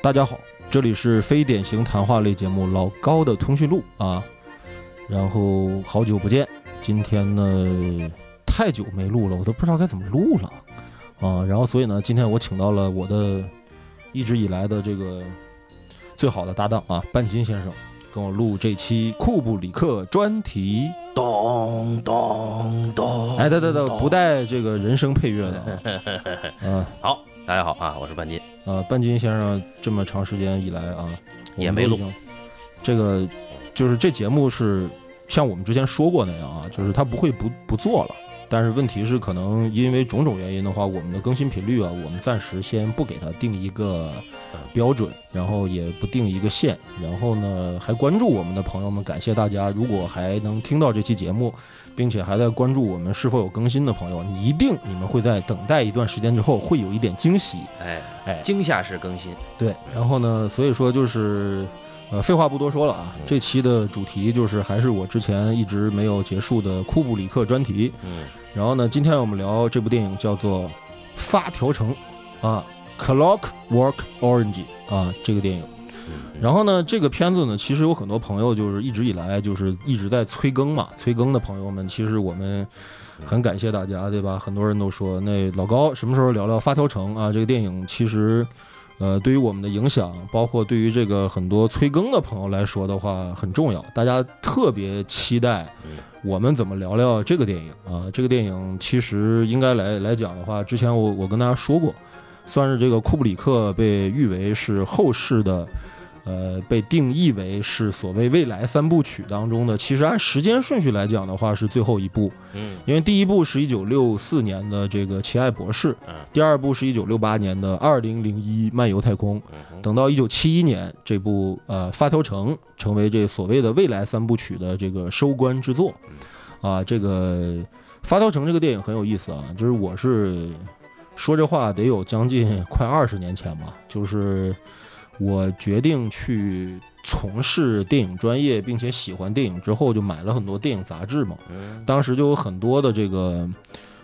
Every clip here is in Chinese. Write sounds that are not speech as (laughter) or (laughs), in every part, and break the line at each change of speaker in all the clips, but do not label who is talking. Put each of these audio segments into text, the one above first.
大家好，这里是非典型谈话类节目《老高的通讯录》啊，然后好久不见，今天呢太久没录了，我都不知道该怎么录了啊，然后所以呢，今天我请到了我的一直以来的这个最好的搭档啊，半斤先生，跟我录这期库布里克专题。
咚咚咚！
哎，对对对，不带这个人声配乐的啊。嗯、
好，大家好啊，我是半斤。
呃，半斤先生这么长时间以来啊，我
也
们
没
都
录
已经。这个就是这节目是像我们之前说过那样啊，就是他不会不不做了。但是问题是，可能因为种种原因的话，我们的更新频率啊，我们暂时先不给它定一个
嗯
标准，然后也不定一个线。然后呢，还关注我们的朋友们，感谢大家。如果还能听到这期节目，并且还在关注我们是否有更新的朋友，你一定你们会在等待一段时间之后，会有一点惊喜。
哎
哎
惊吓式更新，
对，然后呢，所以说就是，呃，废话不多说了啊，这期的主题就是还是我之前一直没有结束的库布里克专题。
嗯，
然后呢，今天我们聊这部电影叫做《发条城》啊，《Clockwork Orange》啊，这个电影。然后呢，这个片子呢，其实有很多朋友就是一直以来就是一直在催更嘛，催更的朋友们，其实我们很感谢大家，对吧？很多人都说，那老高什么时候聊聊《发条城》啊？这个电影其实，呃，对于我们的影响，包括对于这个很多催更的朋友来说的话，很重要。大家特别期待我们怎么聊聊这个电影啊？这个电影其实应该来来讲的话，之前我我跟大家说过，算是这个库布里克被誉为是后世的，呃，被定义为是所谓未来三部曲当中的，其实按时间顺序来讲的话是最后一部，
嗯
因为第一部是一九六四年的这个《奇爱博士》
嗯，
第二部是一九六八年的《二零零一漫游太空》，
嗯哼，
等到一九七一年，这部呃《发条城》成为这所谓的未来三部曲的这个收官之作，啊，这个《发条城》这个电影很有意思啊，就是我是说这话得有将近快二十年前吧，就是我决定去从事电影专业，并且喜欢电影之后，就买了很多电影杂志嘛，
嗯
当时就有很多的这个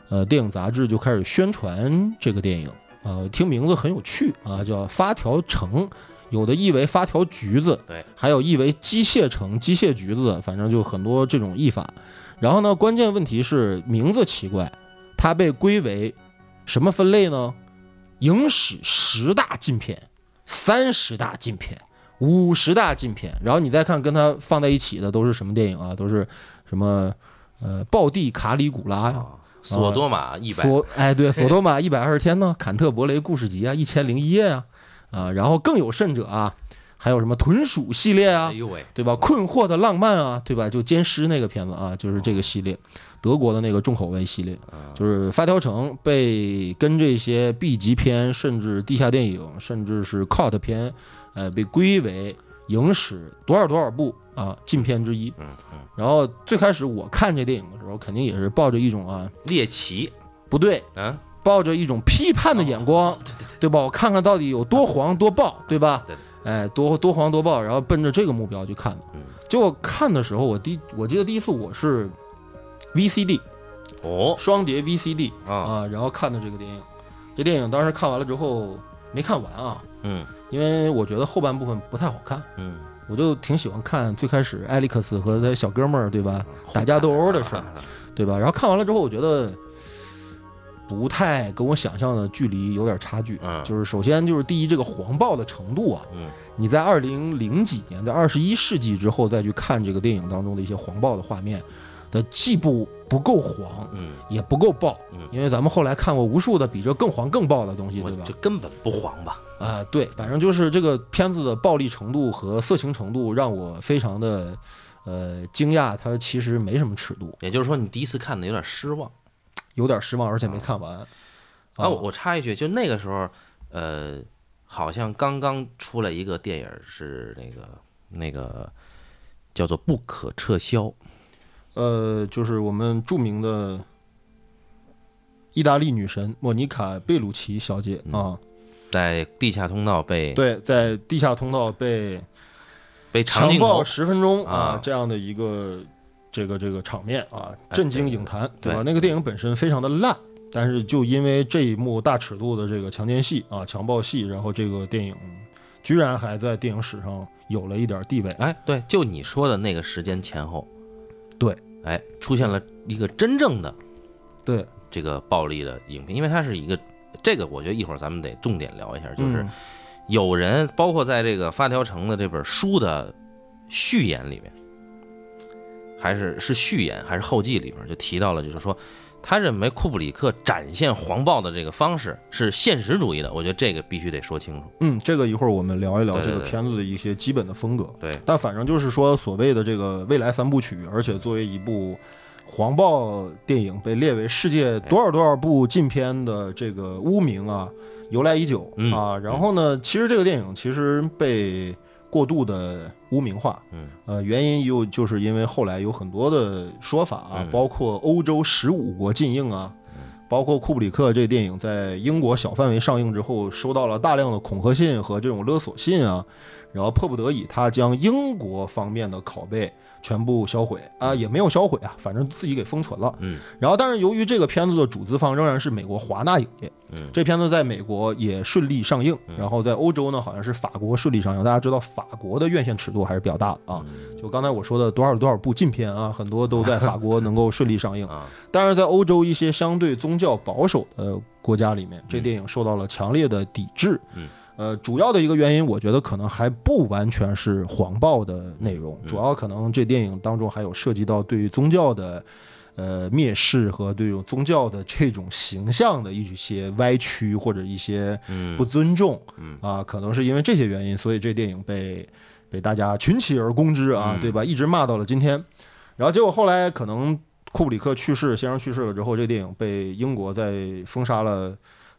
呃电影杂志就开始宣传这个电影，呃，听名字很有趣啊，叫发条城，有的译为发条橘子，
对，
还有译为机械城、机械橘子，反正就很多这种译法。然后呢，关键问题是名字奇怪，它被归为什么分类呢？影史十大禁片、三十大禁片、五十大禁片，然后你再看跟它放在一起的都是什么电影啊？都是什么呃，暴地卡里古拉呀、
啊，索多玛一百，
索哎对，索多玛 (laughs) 一百二十天呢，坎特伯雷故事集啊，一千零一夜啊，啊，然后更有甚者啊，还有什么豚鼠系列啊
哎，呦喂，
对吧？困惑的浪漫啊，对吧？就奸尸那个片子啊，就是
哦
这个系列，德国的那个重口味系列，就是《发条城》被跟这些 B 级片，甚至地下电影，甚至是 cult 片，呃，被归为影史多少多少部啊禁片之一。
嗯嗯，
然后最开始我看这电影的时候，肯定也是抱着一种啊
猎奇，
不对，
嗯，
抱着一种批判的眼光，
哦对对啊
对吧？我看看到底有多黄多暴，对吧？
对
哎，多多黄多暴，然后奔着这个目标去看的
嗯。
结果看的时候，我第我记得第一次我是 VCD
对，哦
双碟 VCD
啊，
啊，然后看的这个电影。这电影当时看完了之后没看完啊，
嗯
因为我觉得后半部分不太好看。
嗯，
我就挺喜欢看最开始艾利克斯和他小哥们儿，对吧？打架斗殴的事儿，对吧？然后看完了之后，我觉得不太跟我想象的距离有点差距。啊
嗯
就是首先就是第一，这个黄暴的程度啊，
嗯
你在二零零几年，在二十一世纪之后再去看这个电影当中的一些黄暴的画面，它既不不够黄，
嗯，
也不够暴
嗯，
因为咱们后来看过无数的比这更黄更暴的东西，
我
对吧
这？根本不黄吧？
啊、对，反正就是这个片子的暴力程度和色情程度让我非常的呃惊讶，它其实没什么尺度，
也就是说，你第一次看的有点失望。
有点失望，而且没看完。哦
啊，我我插一句，就那个时候，呃，好像刚刚出来一个电影儿，是那个那个叫做《不可撤销》，
呃，就是我们著名的意大利女神莫妮卡·贝鲁奇小姐
嗯
啊，
在地下通道被
对，在地下通道被
被长
强
镜头
暴十分钟
啊
啊，这样的一个这个这个场面啊，
哎
震惊影坛，
对
对吧？那个电影本身非常的烂，但是就因为这一幕大尺度的这个强奸戏啊、强暴戏，然后这个电影居然还在电影史上有了一点地位。
哎，对，就你说的那个时间前后，
对，
哎，出现了一个真正的
对，
这个暴力的影片，因为它是一个这个，我觉得一会儿咱们得重点聊一下，就是
嗯
有人包括在这个《发条城》的这本书的序言里面，还是是序言还是后记里面就提到了，就是说他认为库布里克展现黄暴的这个方式是现实主义的，我觉得这个必须得说清楚。
嗯，这个一会儿我们聊一聊
对对
这个
对
片子的一些基本的风格。
对，
但反正就是说，所谓的这个未来三部曲，而且作为一部黄暴电影被列为世界多少多少部禁片的这个污名啊，由来已久
嗯
啊。然后呢，其实这个电影其实被过度的污名化，
嗯，
呃，原因又就是因为后来有很多的说法啊
嗯，
包括欧洲十五国禁映啊。包括库布里克这电影在英国小范围上映之后，收到了大量的恐吓信和这种勒索信啊，然后迫不得已，他将英国方面的拷贝全部销毁啊，也没有销毁啊，反正自己给封存了。
嗯，
然后但是由于这个片子的主资方仍然是美国华纳影业，
嗯，
这片子在美国也顺利上映，然后在欧洲呢好像是法国顺利上映。大家知道法国的院线尺度还是比较大的啊，
嗯
就刚才我说的多少多少部禁片啊，很多都在法国能够顺利上映
(laughs) 啊，
但是在欧洲一些相对宗教保守的国家里面，这电影受到了强烈的抵制。
嗯，
呃，主要的一个原因，我觉得可能还不完全是黄暴的内容，
嗯
主要可能这电影当中还有涉及到对于宗教的。呃，蔑视和对于宗教的这种形象的一些歪曲或者一些
嗯
不尊重，
嗯
啊，可能是因为这些原因，所以这电影被被大家群起而攻之啊，
嗯
对吧？一直骂到了今天，然后结果后来可能库布里克去世，先生去世了之后，这电影被英国在封杀了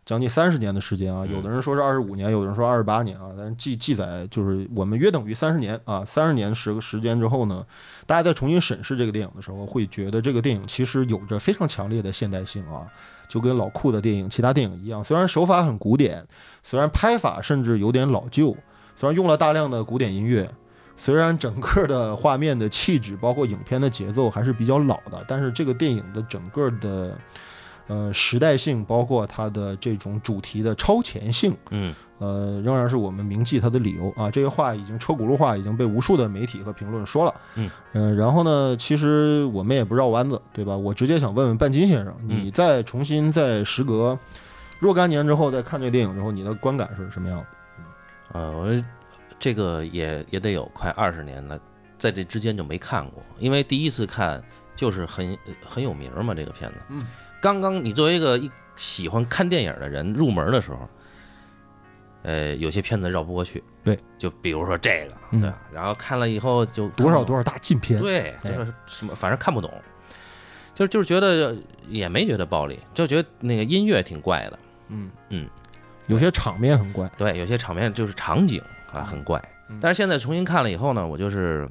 将近三十年的时间啊，有的人说是二十五年，有的人说二十八年啊，但是记记载就是我们约等于三十年啊，三十年时个时间之后呢，大家在重新审视这个电影的时候，会觉得这个电影其实有着非常强烈的现代性啊，就跟老库的电影、其他电影一样，虽然手法很古典，虽然拍法甚至有点老旧，虽然用了大量的古典音乐，虽然整个的画面的气质，包括影片的节奏还是比较老的，但是这个电影的整个的呃时代性，包括它的这种主题的超前性，
嗯
呃，仍然是我们铭记它的理由啊。这些话已经车轱辘话已经被无数的媒体和评论说了。
嗯
呃然后呢，其实我们也不绕弯子，对吧？我直接想问问半斤先生，
嗯
你再重新在时隔若干年之后再看这电影之后，你的观感是什么样的？
呃，我觉得这个也也得有快二十年了，在这之间就没看过，因为第一次看就是很呃很有名儿嘛，这个片子。
嗯，
刚刚你作为一个一喜欢看电影的人入门的时候，呃，有些片子绕不过去。
对，
就比如说这个，
嗯
对吧，然后看了以后就
多少
看不懂
多少大禁片？
对，
哎
就是什么，反正看不懂，就就是觉得也没觉得暴力，就觉得那个音乐挺怪的。
嗯
嗯
有些场面很怪。
对，有些场面就是场景啊很怪，
嗯
但是现在重新看了以后呢，我就是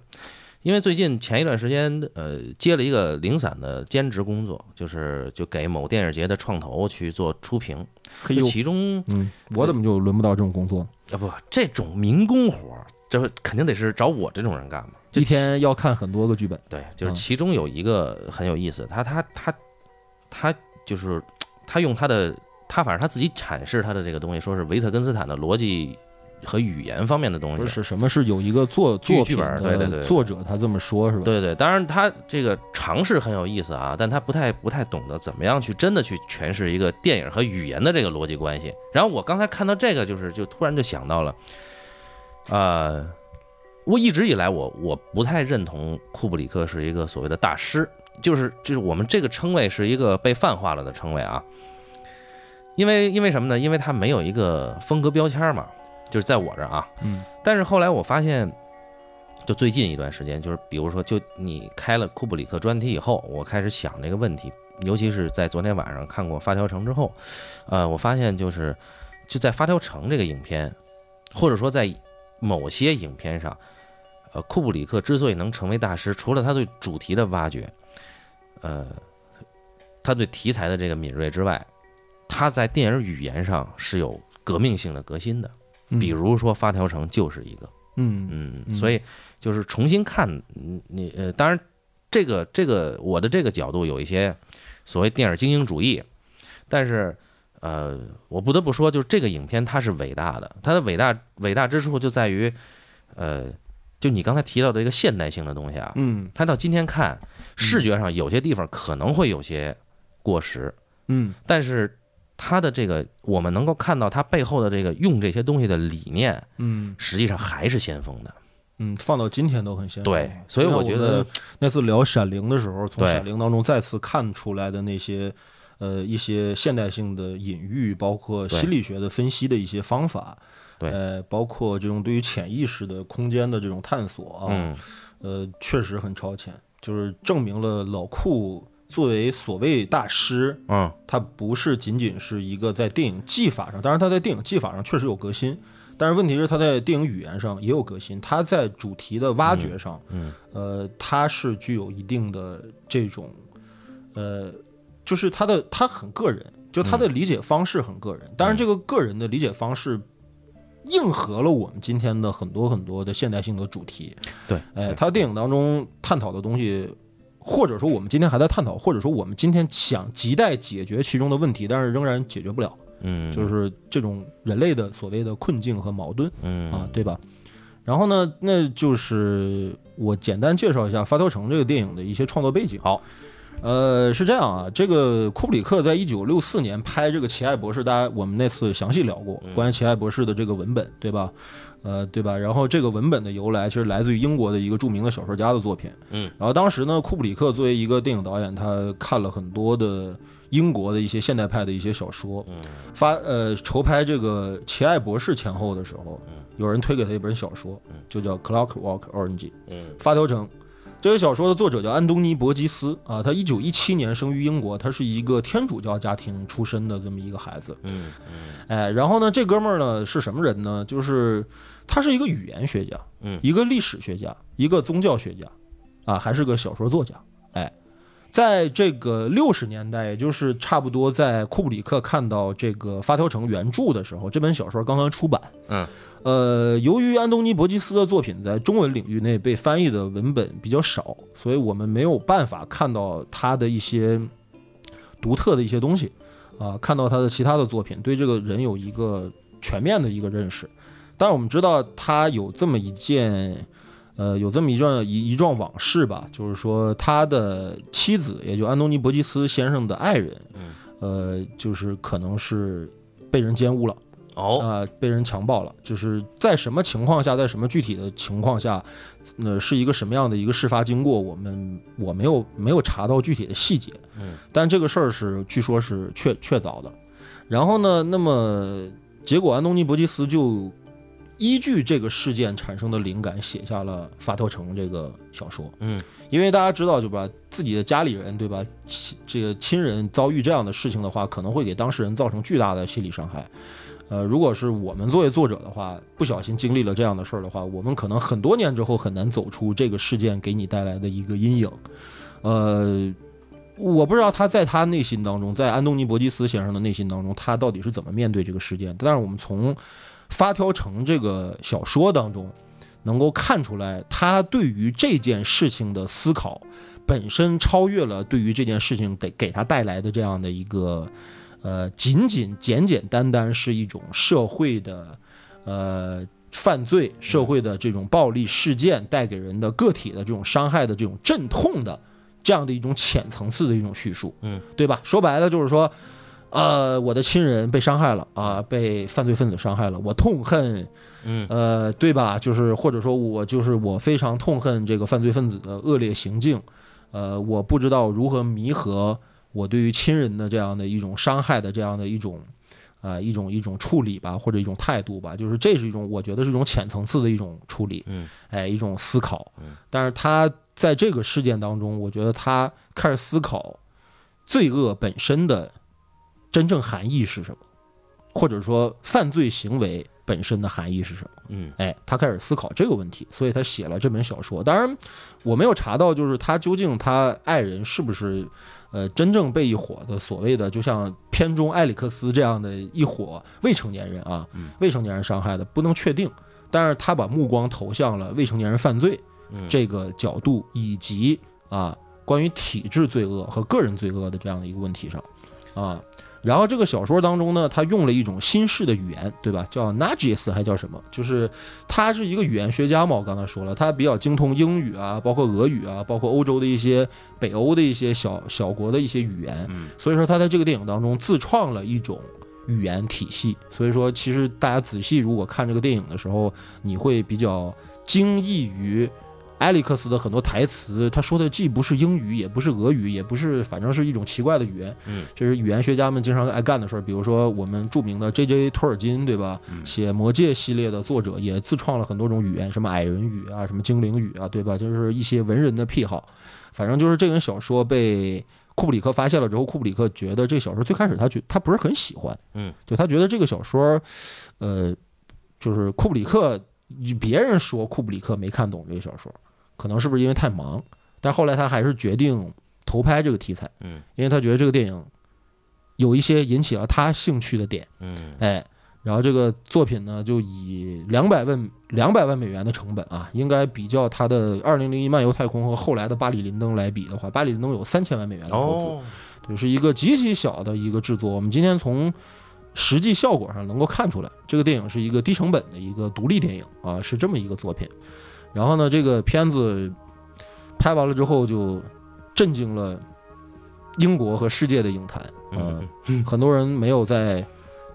因为最近前一段时间呃接了一个零散的兼职工作，就是就给某电影节的创投去做初评，
嘿
就
呦，
其中
嗯，我怎么就轮不到这种工作呢？
啊不这种民工活儿，这肯定得是找我这种人干嘛。
一天要看很多个剧本。
对，就是
嗯
其中有一个很有意思，他他他他就是他用他的他反正他自己阐释他的这个东西，说是维特根斯坦的逻辑和语言方面的东西
不。是什么是有一个作
哦剧
作
剧
品
本
的
对对对
作者他这么说，是吧？
对对，当然他这个尝试很有意思啊，但他不太不太懂得怎么样去真的去诠释一个电影和语言的这个逻辑关系。然后我刚才看到这个，就是就突然就想到了，呃，我一直以来我我不太认同库布里克是一个所谓的大师，就是就是我们这个称谓是一个被泛化了的称谓啊，因为因为什么呢？因为他没有一个风格标签嘛，就是在我这儿啊，
嗯，
但是后来我发现，就最近一段时间，就是比如说，就你开了库布里克专题以后，我开始想这个问题，尤其是在昨天晚上看过《发条城》之后，呃，我发现就是就在《发条城》这个影片，或者说在某些影片上，呃，库布里克之所以能成为大师，除了他对主题的挖掘，呃，他对题材的这个敏锐之外，他在电影语言上是有革命性的革新的。
嗯
比，如说《发条城》就是一个，
嗯
嗯，
嗯
所以就是重新看，嗯你呃，当然这个这个我的这个角度有一些所谓电影精英主义，但是呃，我不得不说，就是这个影片它是伟大的，它的伟大伟大之处就在于，呃，就你刚才提到的这个现代性的东西啊，
嗯
它到今天看，视觉上有些地方可能会有些过时，
嗯
但是它的这个我们能够看到它背后的这个用这些东西的理念，
嗯
实际上还是先锋的。
嗯，放到今天都很鲜活。
对所
嗯
以
就像我
我觉得
们那次聊《闪灵》的时候，从《
对
闪灵》当中再次看出来的那些。呃，一些现代性的隐喻，包括
对
心理学的分析的一些方法，
对
呃，包括这种对于潜意识的空间的这种探索啊，
嗯，
呃，确实很超前，就是证明了老库作为所谓大师，
嗯，
他不是仅仅是一个在电影技法上，当然他在电影技法上确实有革新，但是问题是他在电影语言上也有革新，他在主题的挖掘上，
嗯
呃，他是具有一定的这种，呃，就是他的他很个人，就他的理解方式很个人，
嗯
当然这个个人的理解方式。应和了我们今天的很多很多的现代性的主题，
对，
哎，
对
他电影当中探讨的东西，或者说我们今天还在探讨，或者说我们今天想亟待解决其中的问题，但是仍然解决不了，
嗯，
就是这种人类的所谓的困境和矛盾
嗯
啊，对吧？然后呢，那就是我简单介绍一下《发条城》这个电影的一些创作背景。
好，
呃，是这样啊，这个库布里克在一九六四年拍这个《奇爱博士》，大家我们那次详细聊过
嗯
关于《奇爱博士》的这个文本，对吧？呃，对吧？然后这个文本的由来其实来自于英国的一个著名的小说家的作品。
嗯，
然后当时呢，库布里克作为一个电影导演，他看了很多的英国的一些现代派的一些小说。嗯，发呃筹拍这个《奇爱博士》前后的时候，有人推给他一本小说，就叫《Clockwork Orange》。
嗯
发条城。这个小说的作者叫安东尼·伯吉斯啊，他一九一七年生于英国，他是一个天主教家庭出身的这么一个孩子。
嗯
哎，然后呢，这哥们儿呢是什么人呢？就是他是一个语言学家，
嗯
一个历史学家，一个宗教学家，啊，还是个小说作家。哎，在这个六十年代，也就是差不多在库布里克看到这个《发条城》原著的时候，这本小说刚刚出版。
嗯，
呃，由于安东尼·伯吉斯的作品在中文领域内被翻译的文本比较少，所以我们没有办法看到他的一些独特的一些东西，啊、看到他的其他的作品，对这个人有一个全面的一个认识。但是我们知道他有这么一件，呃，有这么一段一一桩往事吧，就是说他的妻子，也就安东尼·伯吉斯先生的爱人，呃，就是可能是被人奸污了。
哦，
啊、被人强暴了，就是在什么情况下，在什么具体的情况下，呃，是一个什么样的一个事发经过，我们我没有没有查到具体的细节，
嗯，
但这个事儿是据说是确确凿的。然后呢，那么结果安东尼·伯吉斯就依据这个事件产生的灵感，写下了《法特城》这个小说。
嗯
因为大家知道，就把自己的家里人，对吧？亲这个亲人遭遇这样的事情的话，可能会给当事人造成巨大的心理伤害。呃，如果是我们作为作者的话，不小心经历了这样的事儿的话，我们可能很多年之后很难走出这个事件给你带来的一个阴影。呃，我不知道他在他内心当中，在安东尼·伯吉斯先生的内心当中，他到底是怎么面对这个事件。但是我们从《发条城》这个小说当中，能够看出来，他对于这件事情的思考本身超越了对于这件事情得给他带来的这样的一个，呃，仅仅简简单单是一种社会的，呃。犯罪、社会的这种暴力事件带给人的个体的这种伤害的这种阵痛的这样的一种浅层次的一种叙述，
嗯，
对吧？说白了就是说，呃，我的亲人被伤害了啊、被犯罪分子伤害了，我痛恨，
嗯
呃，对吧？就是或者说我就是我非常痛恨这个犯罪分子的恶劣行径，呃，我不知道如何弥合我对于亲人的这样的一种伤害的这样的一种。啊、一种一种处理吧，或者一种态度吧，就是这是一种，我觉得是一种浅层次的一种处理，
嗯，
哎，一种思考
嗯。
但是他在这个事件当中，我觉得他开始思考罪恶本身的真正含义是什么，或者说犯罪行为本身的含义是什么。
嗯
哎，他开始思考这个问题，所以他写了这本小说。当然，我没有查到就是他究竟他爱人是不是呃真正被一伙的所谓的就像片中埃里克斯这样的一伙未成年人啊
嗯，
未成年人伤害的不能确定。但是他把目光投向了未成年人犯罪
嗯，
这个角度，以及啊关于体制罪恶和个人罪恶的这样的一个问题上。啊。然后这个小说当中呢，他用了一种新式的语言，对吧？叫 Nagis 还叫什么？就是他是一个语言学家嘛，我刚才说了，他比较精通英语啊，包括俄语啊，包括欧洲的一些北欧的一些小小国的一些语言。
嗯，
所以说他在这个电影当中自创了一种语言体系。所以说，其实大家仔细如果看这个电影的时候，你会比较惊异于。艾利克斯的很多台词，他说的既不是英语，也不是俄语，也不是，反正是一种奇怪的语言。这是语言学家们经常爱干的事儿，比如说我们著名的 J.J. 托尔金，对吧？写《魔戒》系列的作者也自创了很多种语言，什么矮人语啊，什么精灵语啊，对吧？就是一些文人的癖好。反正就是这本小说被库布里克发现了之后，库布里克觉得这小说最开始他觉他不是很喜欢，
嗯，
就他觉得这个小说，呃，就是库布里克，别人说库布里克没看懂这个小说，可能是不是因为太忙？但后来他还是决定投拍这个题材，
嗯，
因为他觉得这个电影有一些引起了他兴趣的点，
嗯
哎，然后这个作品呢，就以两百万两百万美元的成本啊，应该比较它的二零零一漫游太空和后来的巴里林登来比的话，巴里林登有三千万美元的投资，
哦，
就是一个极其小的一个制作。我们今天从实际效果上能够看出来，这个电影是一个低成本的一个独立电影啊，是这么一个作品。然后呢，这个片子拍完了之后就震惊了英国和世界的影坛啊，
嗯
(laughs) 很多人没有在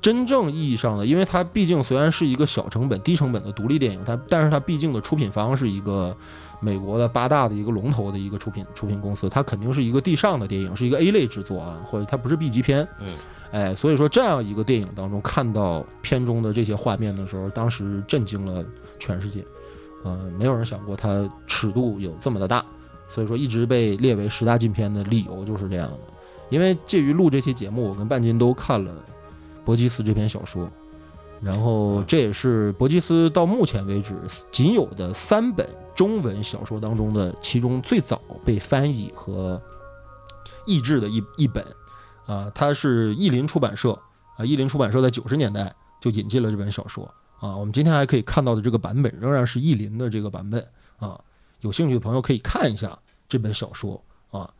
真正意义上的，因为它毕竟虽然是一个小成本、低成本的独立电影，它但是它毕竟的出品方是一个美国的八大的一个龙头的一个出品出品公司，它肯定是一个地上的电影，是一个 A 类制作啊，或者它不是 B 级片。
嗯，
哎，所以说这样一个电影当中看到片中的这些画面的时候，当时震惊了全世界。呃，没有人想过它尺度有这么的大，所以说一直被列为十大禁片的理由就是这样的。因为介于录这期节目，我跟半斤都看了伯吉斯这篇小说，然后这也是伯吉斯到目前为止仅有的三本中文小说当中的其中最早被翻译和译制的一一本，啊，它是译林出版社啊，译林出版社在九十年代就引进了这本小说啊，我们今天还可以看到的这个版本仍然是译林的这个版本啊，有兴趣的朋友可以看一下这本小说啊，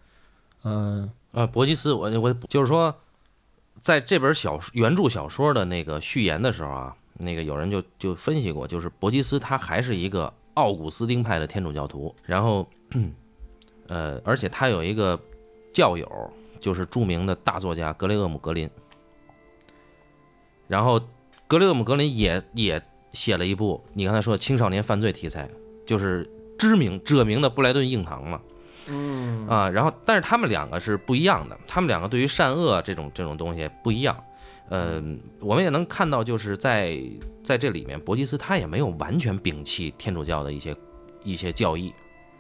嗯、
啊，伯吉斯，我我就是说，在这本小说原著小说的那个序言的时候啊，那个有人就就分析过，就是伯吉斯他还是一个奥古斯丁派的天主教徒，然后，呃，而且他有一个教友，就是著名的大作家格雷厄姆·格林，然后格雷厄姆·格林也也写了一部你刚才说的青少年犯罪题材，就是知名者名的布莱顿硬糖嘛。啊，然后但是他们两个是不一样的，他们两个对于善恶这种这种东西不一样。嗯，我们也能看到，就是在在这里面，伯吉斯他也没有完全摒弃天主教的一些一些教义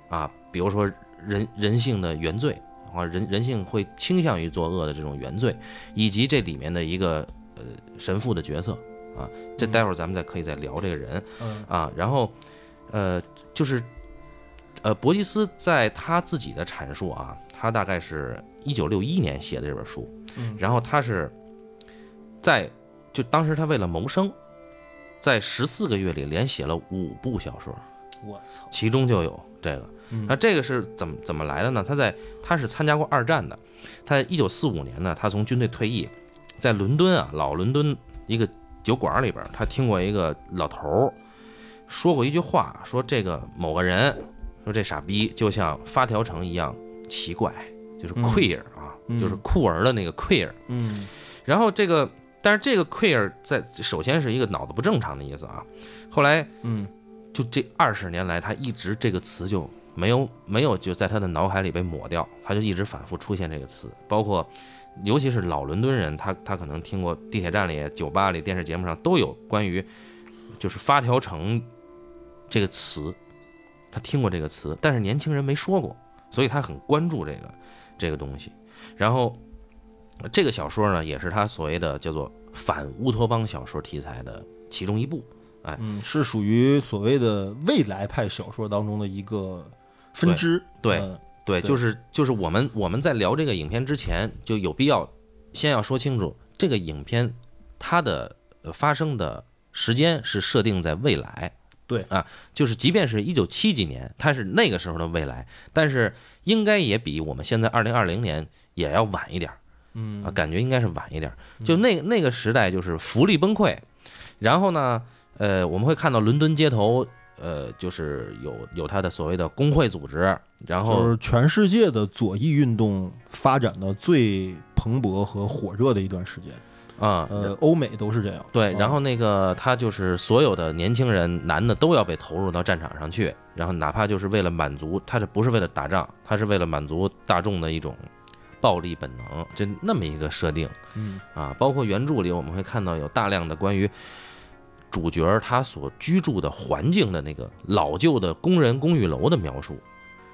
啊，比如说人人性的原罪啊，人人性会倾向于作恶的这种原罪，以及这里面的一个呃神父的角色啊，这待会儿咱们再可以再聊这个人。
嗯
啊，然后，呃，就是，呃，伯吉斯在他自己的阐述啊，他大概是一九六一年写的这本书，
嗯
然后他是在就当时他为了谋生，在十四个月里连写了五部小说，
我操，
其中就有这个。
嗯
那这个是怎么怎么来的呢？他在他是参加过二战的，他一九四五年呢，他从军队退役，在伦敦啊老伦敦一个酒馆里边，他听过一个老头儿说过一句话，说这个某个人说这傻逼就像发条城一样奇怪，就是 queer 啊，
嗯
就是酷儿的那个 queer。
嗯
然后这个，但是这个 queer 在首先是一个脑子不正常的意思啊，后来
嗯
就这二十年来，他一直这个词就没有没有就在他的脑海里被抹掉，他就一直反复出现这个词，包括尤其是老伦敦人，他他可能听过地铁站里、酒吧里、电视节目上都有关于就是发条城这个词，他听过这个词，但是年轻人没说过，所以他很关注这个这个东西。然后这个小说呢，也是他所谓的叫做反乌托邦小说题材的其中一部。
嗯，是属于所谓的未来派小说当中的一个分支。
对
嗯
对，
对
就是就是我们我们在聊这个影片之前，就有必要先要说清楚这个影片它的呃发生的时间是设定在未来。
对
啊，就是即便是一九七几年，它是那个时候的未来，但是应该也比我们现在二零二零年也要晚一点儿。
嗯
啊，感觉应该是晚一点儿。就那那个时代，就是福利崩溃，然后呢，呃，我们会看到伦敦街头，呃，就是有有他的所谓的工会组织，然后
就是全世界的左翼运动发展的最蓬勃和火热的一段时间，
啊、
呃，欧美都是这样。
对，
啊
然后那个他就是所有的年轻人，男的都要被投入到战场上去，然后哪怕就是为了满足，他是不是为了打仗，他是为了满足大众的一种暴力本能，就那么一个设定
嗯
啊。包括原著里我们会看到有大量的关于主角他所居住的环境的那个老旧的工人公寓楼的描述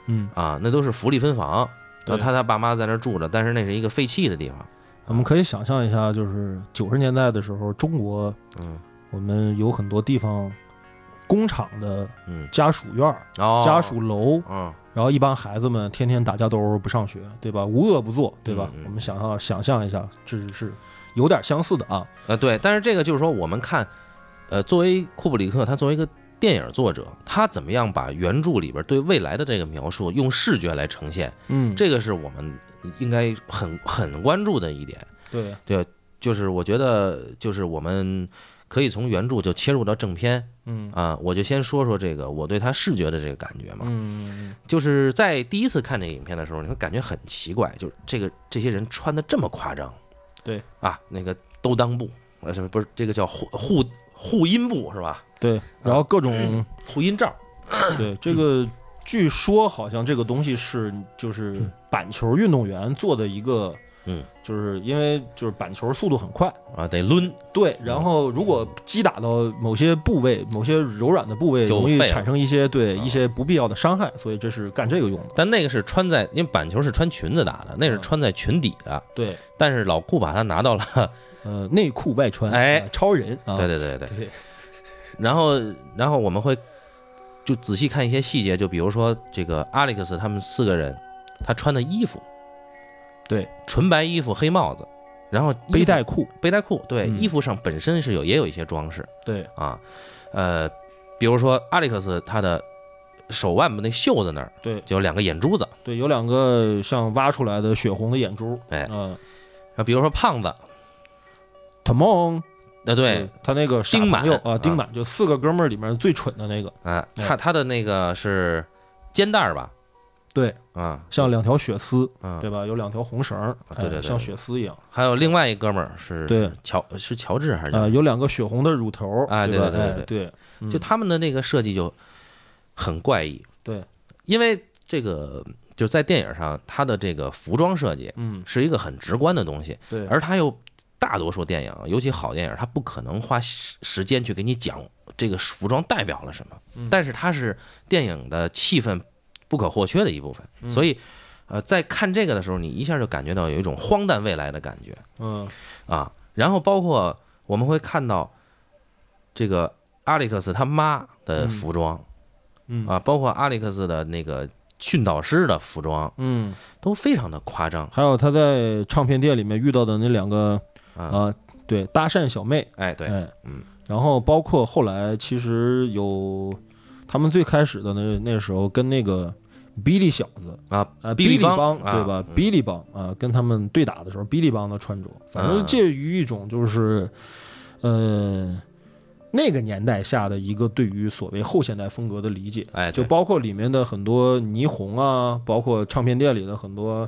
嗯，
啊，那都是福利分房，
对
那他他爸妈在那儿住着，但是那是一个废弃的地方，
我们可以想象一下，就是九十年代的时候，中国
嗯
我们有很多地方工厂的
嗯，
家属院儿、
哦，
家属楼，
嗯。
然后一帮孩子们天天打架斗殴不上学，对吧？无恶不作，对吧？
嗯嗯
我们想象想象一下，这是是有点相似的啊。
呃，对，但是这个就是说，我们看，呃，作为库布里克，他作为一个电影作者，他怎么样把原著里边对未来的这个描述用视觉来呈现，
嗯，
这个是我们应该很很关注的一点。
对，
就是我觉得，就是我们可以从原著就切入到正片
嗯
啊，我就先说说这个我对他视觉的这个感觉嘛。
嗯
就是在第一次看这个影片的时候，你会感觉很奇怪，就是这个这些人穿的这么夸张，
对
啊，那个兜裆布，呃，什么不是这个叫护护护阴布是吧？
对，然后各种、
护阴罩，啊 (coughs)
对这个，据说好像这个东西是就是板球运动员做的一个，
嗯，
就是因为就是板球速度很快，
啊，得抡，
对，然后如果击打到某些部位、某些柔软的部位，
就
容易
废了
产生一些对
啊
一些不必要的伤害，所以这是干这个用的。
但那个是穿在，因为板球是穿裙子打的，那
嗯
是穿在裙底的，
对，
但是老库把它拿到了，
呃，内裤外穿，
哎
呃超人啊，
对对对对，
对，
然后然后我们会就仔细看一些细节，就比如说这个阿历克斯他们四个人，他穿的衣服，
对，
纯白衣服黑帽子，然后衣服
背带裤，
背带裤，对，
嗯
衣服上本身是有也有一些装饰
对，
啊，呃，比如说阿历克斯他的手腕部那袖子那儿，
对
就有两个眼珠子
对，有两个像挖出来的血红的眼珠，
哎
嗯
啊，比如说胖子，
t o m
呃，对，，
他那个傻
丁满
朋友啊，
啊
丁满就四个哥们儿里面最蠢的那个，
啊，
哎
他他的那个是肩带儿吧？
对，
啊
像两条血丝，
啊，
对吧？有两条红绳儿，
啊对对
哎
对
像血丝一样。
还有另外一哥们儿是
对
乔是乔治还是叫
呃，有两个血红的乳头儿，
啊
对吧？
对对对
哎对，嗯
就他们的那个设计就很怪异。
对，
因为这个就在电影上，它的这个服装设计
嗯，
是一个很直观的东西，
对，
而它又大多数电影，尤其好电影，它不可能花时时间去给你讲这个服装代表了什么，
嗯
但是它是电影的气氛不可或缺的一部分，
嗯
所以。呃，在看这个的时候，你一下就感觉到有一种荒诞未来的感觉
嗯，
啊。然后包括我们会看到这个阿历克斯他妈的服装，
嗯
啊，包括阿历克斯的那个训导师的服装
嗯，
都非常的夸张，
还有他在唱片店里面遇到的那两个
啊
啊，对，搭讪小妹，
哎，对，
哎，
嗯，
然后包括后来其实有他们最开始的那那时候跟那个。比利小子
啊
呃，
比
比
利
利
帮
帮
啊
对吧？比利帮啊，跟他们对打的时候，比利帮的穿着，反正
嗯
介于一种就是，呃，那个年代下的一个对于所谓后现代风格的理解，
哎，
就
对
包括里面的很多霓虹啊，包括唱片店里的很多，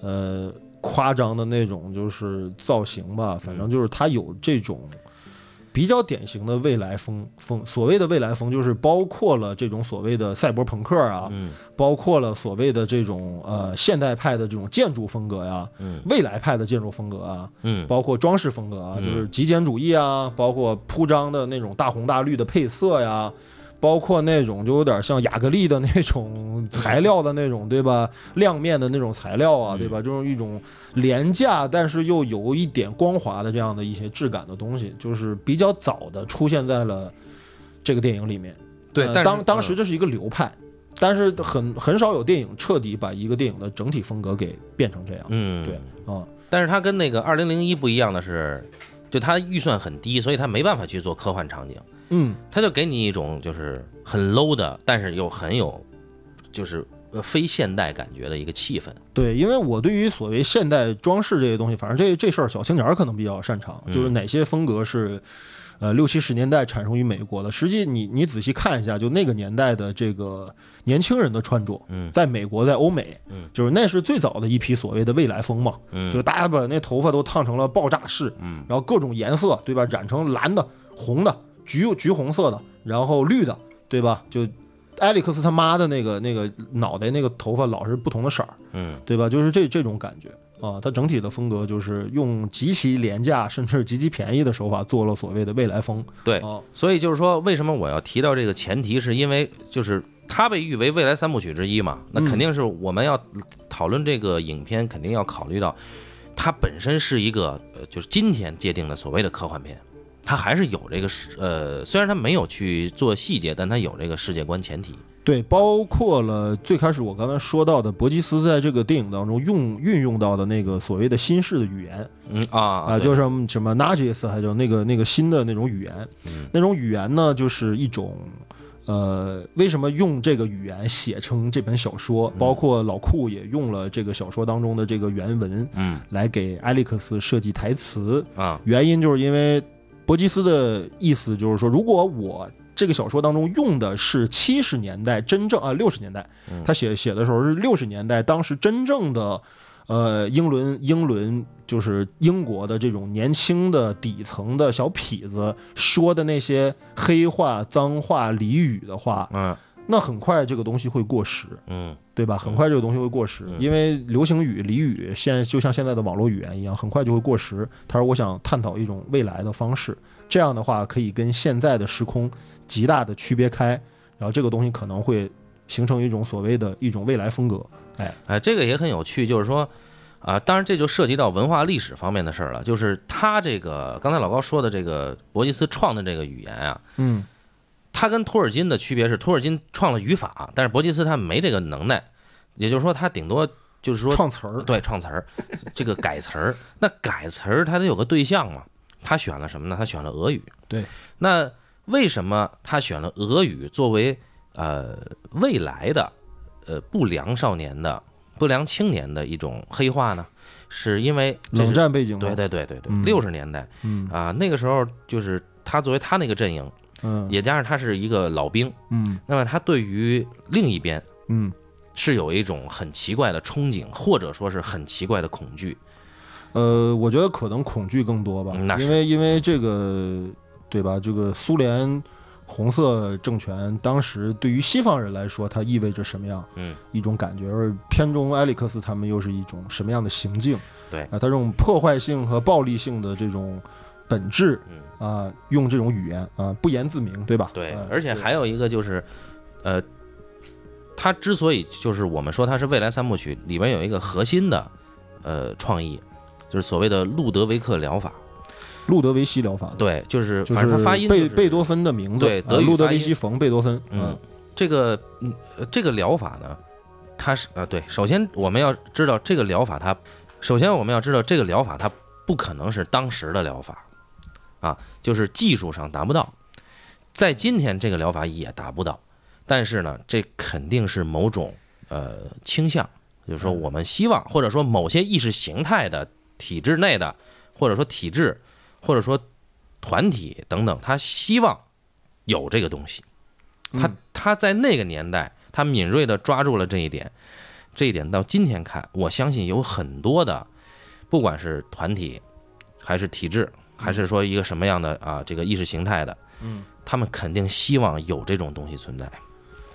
呃，夸张的那种就是造型吧，反正就是它有这种比较典型的未来风风。所谓的未来风，就是包括了这种所谓的赛博朋克啊，
嗯
包括了所谓的这种呃现代派的这种建筑风格呀、
嗯
未来派的建筑风格啊，
嗯，
包括装饰风格啊，
嗯
就是极简主义啊，包括铺张的那种大红大绿的配色呀，包括那种就有点像雅克利的那种材料的那种，对吧？亮面的那种材料啊，
嗯
对吧？就是一种廉价但是又有一点光滑的这样的一些质感的东西，就是比较早的出现在了这个电影里面。
对，
呃
但是
当当时
嗯
这是一个流派。但是很很少有电影彻底把一个电影的整体风格给变成这样
嗯
对啊、
但是它跟那个二零零一不一样的是，就它预算很低，所以它没办法去做科幻场景，
嗯，
它就给你一种就是很 low 的，但是又很有就是呃非现代感觉的一个气氛。
对，因为我对于所谓现代装饰这些东西，反正这这事儿小青年儿可能比较擅长，
嗯
就是哪些风格是，呃，六七十年代产生于美国的。实际你你仔细看一下，就那个年代的这个年轻人的穿着，
嗯
在美国，在欧美，
嗯
就是那是最早的一批所谓的未来风嘛，
嗯
就是大家把那头发都烫成了爆炸式，
嗯
然后各种颜色，对吧？染成蓝的、红的、橘橘红色的，然后绿的，对吧？就艾利克斯他妈的那个那个脑袋那个头发老是不同的色儿，
嗯
对吧？就是这这种感觉啊，它整体的风格就是用极其廉价甚至极其便宜的手法做了所谓的未来风
对，
啊，
所以就是说，为什么我要提到这个前提，是因为就是它被誉为未来三部曲之一嘛，那
嗯
肯定是我们要讨论这个影片，肯定要考虑到它本身是一个呃，就是今天界定的所谓的科幻片。它还是有这个世呃，虽然它没有去做细节，但它有这个世界观前提。
对，包括了最开始我刚才说到的伯吉斯在这个电影当中用运用到的那个所谓的新式的语言，
嗯啊
啊，
对
就是什么什么 Nagis，还有那个那个新的那种语言，
嗯
那种语言呢，就是一种，呃，为什么用这个语言写成这本小说？
嗯
包括老库也用了这个小说当中的这个原文
嗯
来给埃利克斯设计台词，
啊
原因就是因为伯吉斯的意思就是说，如果我这个小说当中用的是七十年代真正啊六十年代
嗯，
他写写的时候是六十年代，当时真正的呃英伦英伦就是英国的这种年轻的底层的小痞子说的那些黑话、脏话、俚语的话，
嗯
那很快这个东西会过时。
嗯
对吧？很快这个东西会过时，因为流行语、俚语现在就像现在的网络语言一样，很快就会过时。他说：“我想探讨一种未来的方式，这样的话可以跟现在的时空极大的区别开，然后这个东西可能会形成一种所谓的一种未来风格。
哎，这个也很有趣，就是说，啊，当然这就涉及到文化历史方面的事儿了。就是他这个刚才老高说的这个伯吉斯创的这个语言啊，”
嗯，
他跟托尔金的区别是，托尔金创了语法，但是伯吉斯他没这个能耐，也就是说他顶多就是说
创词儿，
对创词儿，这个改词儿，那改词儿它得有个对象嘛，他选了什么呢？他选了俄语。
对，
那为什么他选了俄语作为呃未来的呃不良少年的不良青年的一种黑化呢？是因为这是
冷战背景
对
嘛，
对对对对，
嗯
六十年代
嗯
啊、那个时候就是他作为他那个阵营，
嗯
也加上他是一个老兵，
嗯
那么他对于另一边
嗯，
是有一种很奇怪的憧憬，或者说是很奇怪的恐惧。
呃，我觉得可能恐惧更多吧，
嗯那是
因为因为这个对吧？这个苏联红色政权当时对于西方人来说，它意味着什么样？
嗯，
一种感觉，而片中埃里克斯他们又是一种什么样的行径？
对
啊，他这种破坏性和暴力性的这种本质，啊，用这种语言啊，不言自明，对吧？
嗯对
啊，
而且还有一个就是，呃，它之所以就是我们说它是未来三部曲里边有一个核心的呃创意，就是所谓的路德维克疗法。
路德维希疗法，
对，就是
就
反正它发音、
贝、
就是、
贝多芬的名字，
对
啊
德语
路德
发
维
音
希冯贝多芬，啊
嗯，这个嗯呃这个疗法呢，它是呃对，首先我们要知道这个疗法它，首先我们要知道这个疗法它不可能是当时的疗法，啊，就是技术上达不到，在今天这个疗法也达不到，但是呢，这肯定是某种呃倾向，就是说我们希望或者说某些意识形态的体制内的，或者说体制，或者说团体等等，他希望有这个东西。他
嗯
他在那个年代，他敏锐地抓住了这一点，这一点到今天看，我相信有很多的，不管是团体，还是体制，还
嗯
是说一个什么样的啊，这个意识形态的，嗯，他们肯定希望有这种东西存在。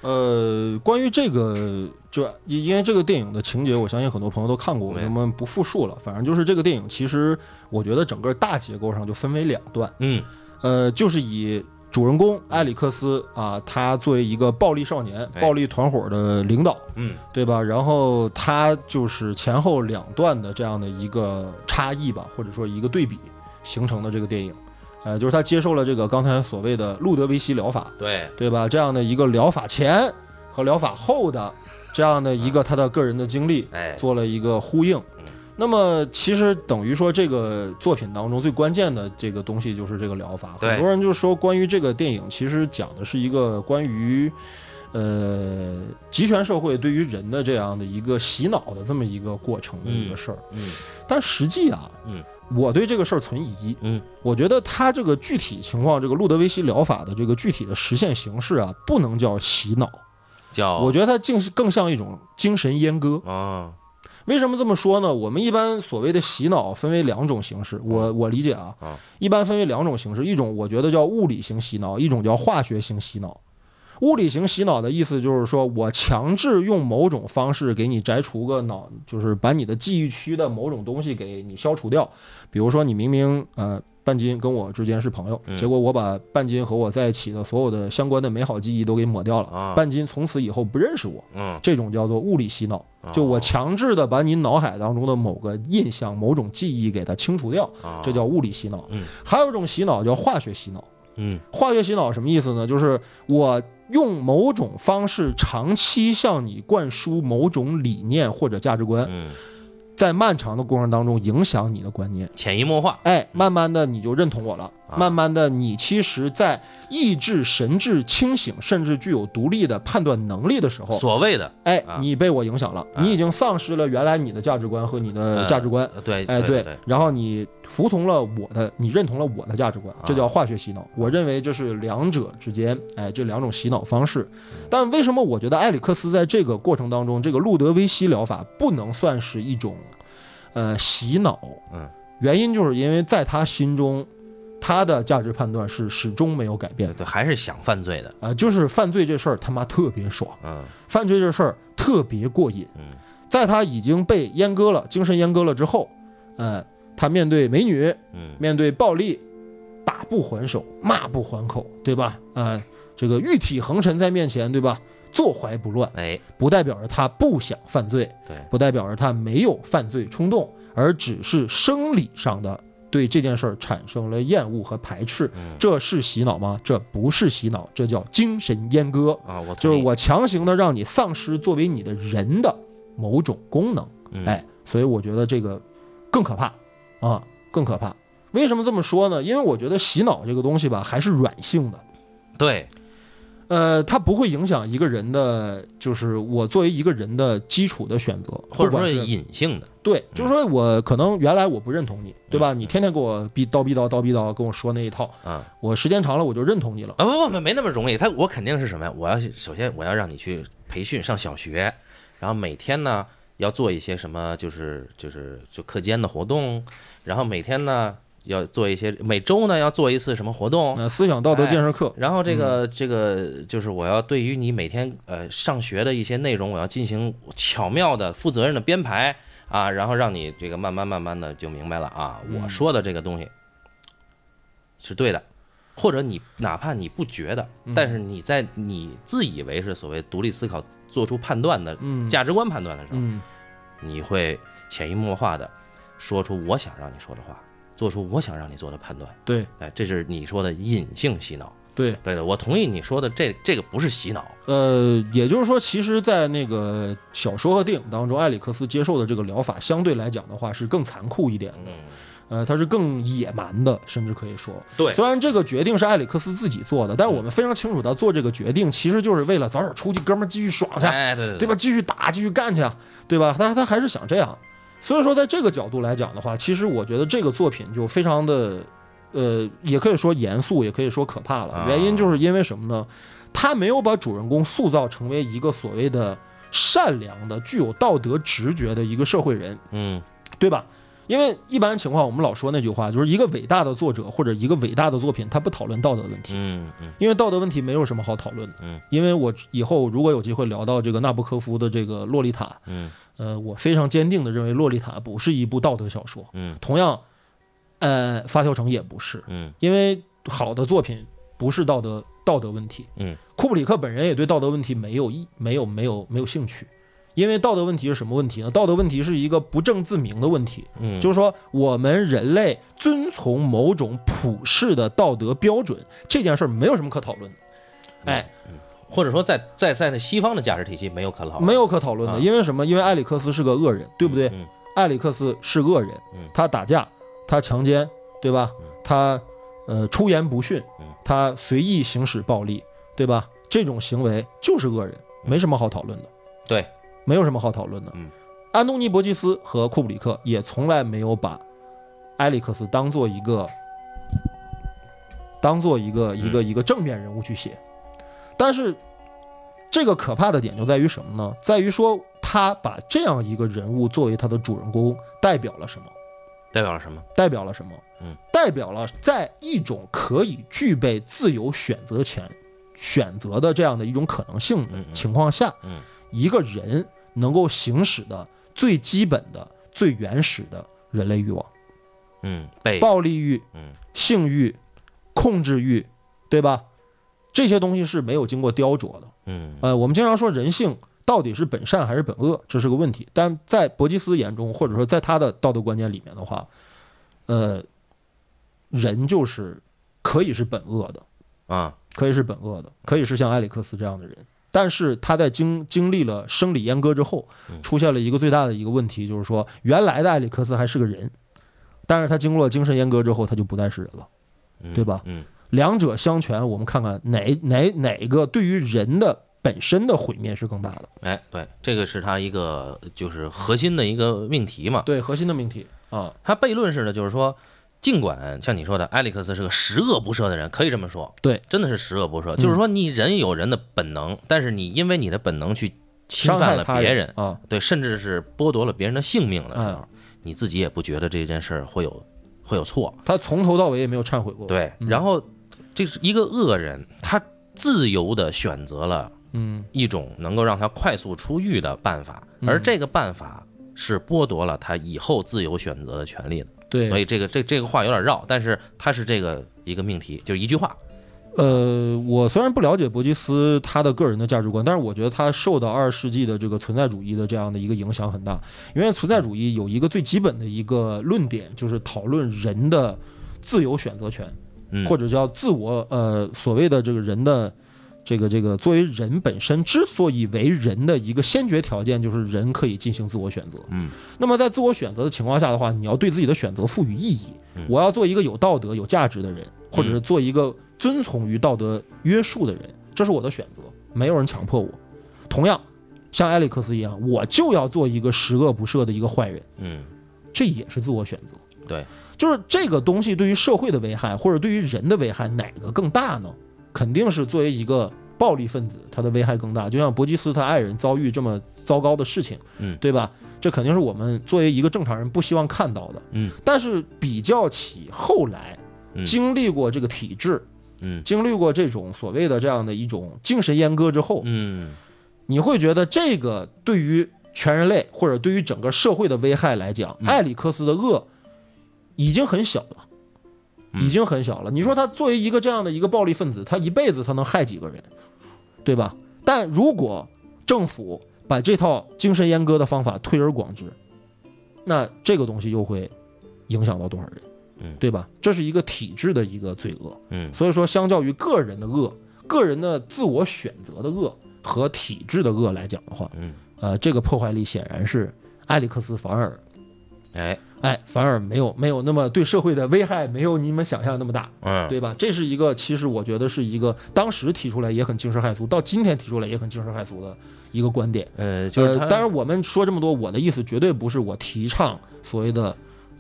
呃，关于这个，就因因为这个电影的情节，我相信很多朋友都看过，我
对
们不复述了。反正就是这个电影，其实我觉得整个大结构上就分为两段，
嗯
呃，就是以主人公埃里克斯啊，他作为一个暴力少年、
对
暴力团伙的领导，
嗯，
对吧？然后他就是前后两段的这样的一个差异吧，或者说一个对比形成的这个电影，呃，就是他接受了这个刚才所谓的路德维希疗法，
对，
对吧？这样的一个疗法前和疗法后的这样的一个他的个人的经历，
哎，
做了一个呼应
嗯。
那么其实等于说，这个作品当中最关键的这个东西就是这个疗法。
对
很多人就说，关于这个电影其实讲的是一个关于呃，集权社会对于人的这样的一个洗脑的这么一个过程的一个事儿。
嗯
但实际啊，
嗯，
我对这个事儿存疑。
嗯，
我觉得他这个具体情况，这个路德维希疗法的这个具体的实现形式啊，不能叫洗脑，
叫
我觉得它竟是更像一种精神阉割。
啊，
为什么这么说呢？我们一般所谓的洗脑分为两种形式，我我理解啊
啊，
一般分为两种形式，一种我觉得叫物理型洗脑，一种叫化学型洗脑。物理型洗脑的意思就是说我强制用某种方式给你摘除个脑，就是把你的记忆区的某种东西给你消除掉。比如说你明明呃半斤跟我之间是朋友，
嗯
结果我把半斤和我在一起的所有的相关的美好记忆都给抹掉了
啊，
半斤从此以后不认识我，
嗯，
这种叫做物理洗脑。
啊
就我强制的把你脑海当中的某个印象、某种记忆给它清除掉，
啊，
这叫物理洗脑
嗯。
还有一种洗脑叫化学洗脑。
嗯
化学洗脑什么意思呢？就是我用某种方式长期向你灌输某种理念或者价值观，
嗯，
在漫长的过程当中影响你的观念。
潜移默化，
哎，慢慢的你就认同我了，
嗯啊
慢慢的你其实，在意志、神志清醒，甚至具有独立的判断能力的时候，
所谓的
哎
啊，
你被我影响了，
啊
你已经丧失了原来你的价值观和你的
呃
价值观，
呃对，
哎，
对
对，然后你服从了我的，你认同了我的价值观，这
啊
叫化学洗脑。我认为这是两者之间，哎，这两种洗脑方式。
嗯
但为什么我觉得埃里克斯在这个过程当中，这个路德维希疗法不能算是一种，呃，洗脑？
嗯，
原因就是因为在他心中，他的价值判断是始终没有改变
对
的。
对，还是想犯罪的，
啊、就是犯罪这事儿他妈特别爽，
嗯
犯罪这事儿特别过瘾。
嗯
在他已经被阉割了，精神阉割了之后，呃，他面对美女，
嗯
面对暴力，打不还手，骂不还口，对吧？呃，这个玉体横陈在面前，对吧？坐怀不乱，
哎
不代表着他不想犯罪，
对
不代表着他没有犯罪冲动，而只是生理上的对这件事儿产生了厌恶和排斥。
嗯
这是洗脑吗？这不是洗脑，这叫精神阉割，
啊，我
就是
同意
我强行的让你丧失作为你的人的某种功能。
嗯
哎，所以我觉得这个更可怕啊，更可怕。为什么这么说呢？因为我觉得洗脑这个东西吧，还是软性的，
对
呃，它不会影响一个人的，就是我作为一个人的基础的选择，
或
不
者说
管
是
是
隐性的，
对，就是说我可能原来我不认同你，对吧？
嗯
你天天给我逼叨逼叨叨逼叨，跟我说那一套，
嗯，
我时间长了我就认同你了。
啊不不不没那么容易，他我肯定是什么呀？我要首先我要让你去培训上小学，然后每天呢要做一些什么，就是就是就课间的活动，然后每天呢要做一些，每周呢要做一次什么活动，
呃，思想道德建设课，
然后这个、
嗯
这个就是我要对于你每天呃上学的一些内容，我要进行巧妙的、负责任的编排啊，然后让你这个慢慢慢慢的就明白了啊，我
嗯
说的这个东西是对的，或者你哪怕你不觉得，
嗯
但是你在你自以为是所谓独立思考、做出判断的
嗯
价值观判断的时候，
嗯
你会潜移默化的说出我想让你说的话，做出我想让你做的判断，
对
哎，这是你说的隐性洗脑。
对，
对的，我同意你说的这这个不是洗脑，
呃，也就是说，其实，在那个小说和电影当中，埃里克斯接受的这个疗法，相对来讲的话是更残酷一点的，呃，它是更野蛮的，甚至可以说，
对
虽然这个决定是埃里克斯自己做的，但是我们非常清楚，他做这个决定其实就是为了早点出去，哥们儿继续爽去，
哎，对对
对吧？？继续打，继续干去，啊对吧？他他还是想这样，所以说，在这个角度来讲的话，其实我觉得这个作品就非常的，呃，也可以说严肃，也可以说可怕了
啊。
原因就是因为什么呢？他没有把主人公塑造成为一个所谓的善良的、具有道德直觉的一个社会人，
嗯
对吧？因为一般情况，我们老说那句话，就是一个伟大的作者或者一个伟大的作品，他不讨论道德问题。
嗯嗯
因为道德问题没有什么好讨论的。
嗯，
因为我以后如果有机会聊到这个纳博科夫的这个《洛丽塔》，
嗯
呃，我非常坚定的认为《洛丽塔》不是一部道德小说。
嗯
同样，呃，《发条城》也不是，
嗯
因为好的作品不是道德道德问题。
嗯，
库布里克本人也对道德问题没有意没有没有没有兴趣。因为道德问题是什么问题呢？道德问题是一个不证自明的问题，
嗯，
就是说我们人类遵从某种普世的道德标准这件事儿没有什么可讨论的。
嗯
哎，
或者说在在在那西方的价值体系没有可讨论，
没有可讨论的，
啊
因为什么？因为埃里克斯是个恶人，对不对？
嗯
埃里克斯是恶人
嗯，
他打架，他强奸，对吧？他呃出言不逊
嗯，
他随意行使暴力，对吧？这种行为就是恶人，没什么好讨论的。
嗯对，
没有什么好讨论的。
嗯，
安东尼·伯吉斯和库布里克也从来没有把埃里克斯当做一个当做一个
嗯
一个一个正面人物去写，但是这个可怕的点就在于什么呢？在于说他把这样一个人物作为他的主人公，代表了什么？
代表了什么？
代表了什么？
嗯，
代表了在一种可以具备自由选择权、选择的这样的一种可能性的
嗯嗯
情况下，
嗯
一个人能够行使的最基本的、最原始的人类欲望，
嗯，被
暴力欲、
嗯
性欲、控制欲，对吧？这些东西是没有经过雕琢的。
嗯
呃，我们经常说人性到底是本善还是本恶，这是个问题。但在伯吉斯眼中，或者说在他的道德观念里面的话，呃，人就是可以是本恶的，
啊，
可以是本恶的，可以是像埃里克斯这样的人。但是他在经经历了生理阉割之后，出现了一个最大的一个问题，就是说原来的埃里克斯还是个人，但是他经过了精神阉割之后，他就不再是人了。
嗯
对吧
嗯
两者相权，我们看看哪哪哪个对于人的本身的毁灭是更大的。
哎，对，这个是他一个就是核心的一个命题嘛。
对，核心的命题啊，
他悖论式的就是说，尽管像你说的，埃里克斯是个十恶不赦的人，可以这么说，
对，嗯
真的是十恶不赦。就是说，你人有人的本能，但是你因为你的本能去侵
伤
犯
害
了
他
别
人
人，
啊，
对，甚至是剥夺了别人的性命的时
嗯
候，你自己也不觉得这件事儿会有会有错，
他从头到尾也没有忏悔过。，
对。然后，这是一个恶人，他自由的选择了
嗯，
一种能够让他快速出狱的办法，而这个办法是剥夺了他以后自由选择的权利的。所
对，
以这个这这个话有点绕，但是它是这个一个命题，就是一句话。
呃，我虽然不了解伯吉斯他的个人的价值观，但是我觉得他受到二十世纪的这个存在主义的这样的一个影响很大，因为存在主义有一个最基本的一个论点，就是讨论人的自由选择权。
嗯，
或者叫自我呃所谓的这个人的这个这个作为人本身之所以为人的一个先决条件，就是人可以进行自我选择。
嗯，
那么在自我选择的情况下的话，你要对自己的选择赋予意义
嗯。
我要做一个有道德、有价值的人，或者是做一个遵从于道德约束的人，这是我的选择，没有人强迫我。同样，像埃里克斯一样，我就要做一个十恶不赦的一个坏人。
嗯，
这也是自我选择。
对，
就是这个东西对于社会的危害，或者对于人的危害，哪个更大呢？肯定是作为一个暴力分子，他的危害更大。就像伯吉斯他爱人遭遇这么糟糕的事情，
嗯
对吧？这肯定是我们作为一个正常人不希望看到的。
嗯，
但是比较起后来
嗯
经历过这个体制，
嗯
经历过这种所谓的这样的一种精神阉割之后，
嗯
你会觉得这个对于全人类或者对于整个社会的危害来讲，
嗯
埃里克斯的恶已经很小了，
嗯
已经很小了。你说他作为一个这样的一个暴力分子，他一辈子他能害几个人，对吧？但如果政府把这套精神阉割的方法推而广之，那这个东西又会影响到多少人
嗯？
对吧？这是一个体制的一个罪恶。
嗯
所以说，相较于个人的恶、个人的自我选择的恶和体制的恶来讲的话，
嗯，
呃，这个破坏力显然是埃里克斯反而，
哎，
哎，反而没有没有那么对社会的危害没有你们想象那么大，
嗯，
对吧？这是一个其实我觉得是一个当时提出来也很惊世骇俗，到今天提出来也很惊世骇俗的一个观点。
呃，就是
呃，
他，
当然我们说这么多，我的意思绝对不是我提倡所谓的，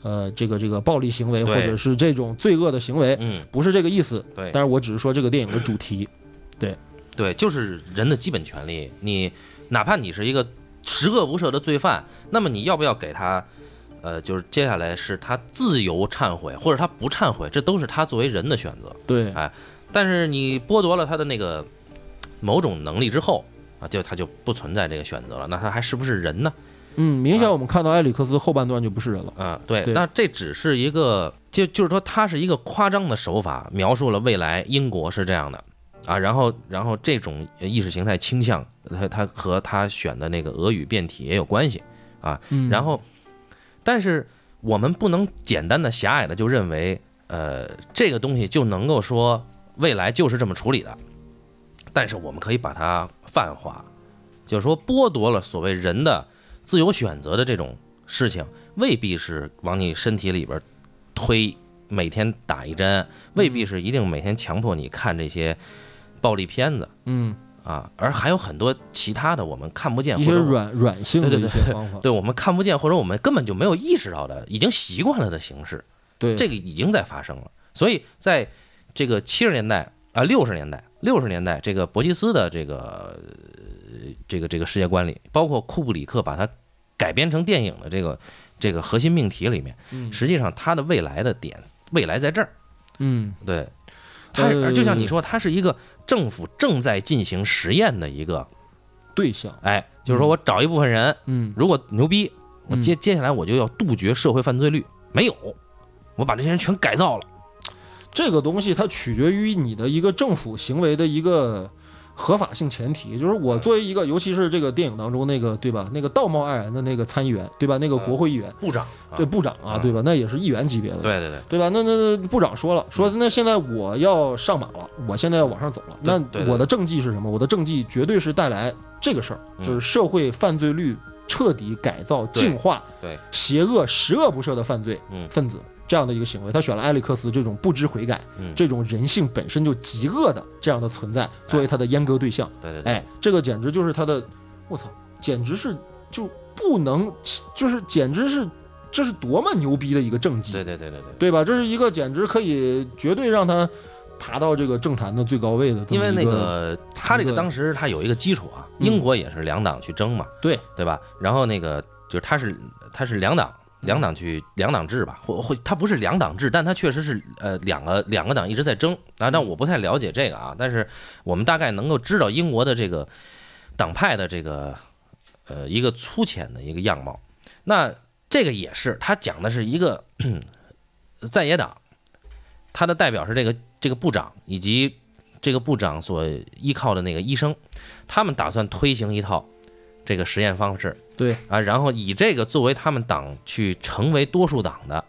呃，这个这个暴力行为
对
或者是这种罪恶的行为，
嗯，
不是这个意思。
对
但是我只是说这个电影的主
(laughs)
题，
对，就是人的基本权利。你哪怕你是一个十恶不赦的罪犯，那么你要不要给他？呃，就是接下来是他自由忏悔，或者他不忏悔，这都是他作为人的选择。
对
但是你剥夺了他的那个某种能力之后啊，就他就不存在这个选择了。那他还是不是人呢？
嗯，明显我们看到埃里克斯后半段就不是人了，
啊，对，
对
那这只是一个，就就是说，它是一个夸张的手法，描述了未来英国是这样的啊，然后然后这种意识形态倾向，它它和他选的那个俄语变体也有关系啊，
嗯
然后，但是我们不能简单的狭隘的就认为，呃，这个东西就能够说未来就是这么处理的，但是我们可以把它泛化，就是说剥夺了所谓人的自由选择的这种事情，未必是往你身体里边推，每天打一针，未必是一定每天强迫你看这些暴力片子
嗯，
啊，而还有很多其他的我们看不见
一
或
些
者我
软软性的
啊对对
一些方
(laughs)
法，
对我们看不见或者我们根本就没有意识到的，已经习惯了的形式，
对
这个已经在发生了。所以在这个七十年代啊，六十年代，六十年代这个伯吉斯的这个呃这个这个世界观里，包括库布里克把它改编成电影的这个这个核心命题里面，
嗯
实际上它的未来的点，未来在这儿。
嗯
对，它
呃
而就像你说，它是一个政府正在进行实验的一个，
对象，
哎，就是说我找一部分人，
嗯
如果牛逼，我
嗯
接接下来我就要杜绝社会犯罪率，没有，我把这些人全改造了。
这个东西它取决于你的一个政府行为的一个合法性前提，就是我作为一个，尤其是这个电影当中那个对吧，那个道貌岸然的那个参议员对吧，那个国会议员
部长，
对部长啊
嗯
对吧，那也是议员级别的，
对对对，
对吧？那那那部长说了，说那现在我要上马了，我现在要往上走了。
嗯对
那
对对
我的政绩是什么？我的政绩绝对是带来这个事儿，
嗯
就是社会犯罪率彻底改造、
对
净化
对
邪恶、十恶不赦的犯罪
嗯
分子这样的一个行为。他选了埃里克斯这种不知悔改、
嗯，
这种人性本身就极恶的这样的存在作为他的阉割对象。
哎对对对，
哎，这个简直就是他的，我操，简直是就不能，就是简直是这是多么牛逼的一个政绩。
对对对对对，
对吧？这是一个简直可以绝对让他爬到这个政坛的最高位的这
因
么
为
一
那个他这个当时他有一个基础啊，
嗯
英国也是两党去争嘛，
对
对吧？然后那个就是他是他是两党。
嗯
两党去两党制吧，或或他不是两党制，但他确实是呃两个两个党一直在争啊。
嗯
但我不太了解这个啊，但是我们大概能够知道英国的这个党派的这个呃一个粗浅的一个样貌。那这个也是他讲的是一个嗯在野党，他的代表是这个这个部长以及这个部长所依靠的那个医生，他们打算推行一套这个实验方式
对
啊，然后以这个作为他们党去成为多数党的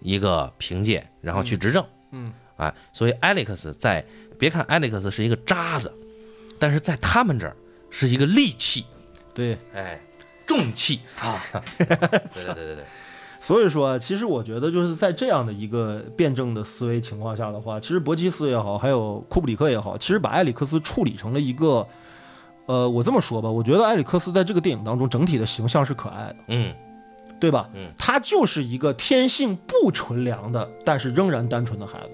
一个凭借，然后去执政。
嗯，
啊，所以 Alex 在别看 Alex 是一个渣子，但是在他们这儿是一个利器，
对，
哎，重
(laughs)
器啊。对对对对对，
所以说啊，其实我觉得就是在这样的一个辩证的思维情况下的话，其实伯吉斯也好，还有库布里克也好，其实把埃里克斯处理成了一个，呃，我这么说吧，我觉得埃里克斯在这个电影当中整体的形象是可爱的，
嗯
对吧？
嗯，
他就是一个天性不纯良的，但是仍然单纯的孩子，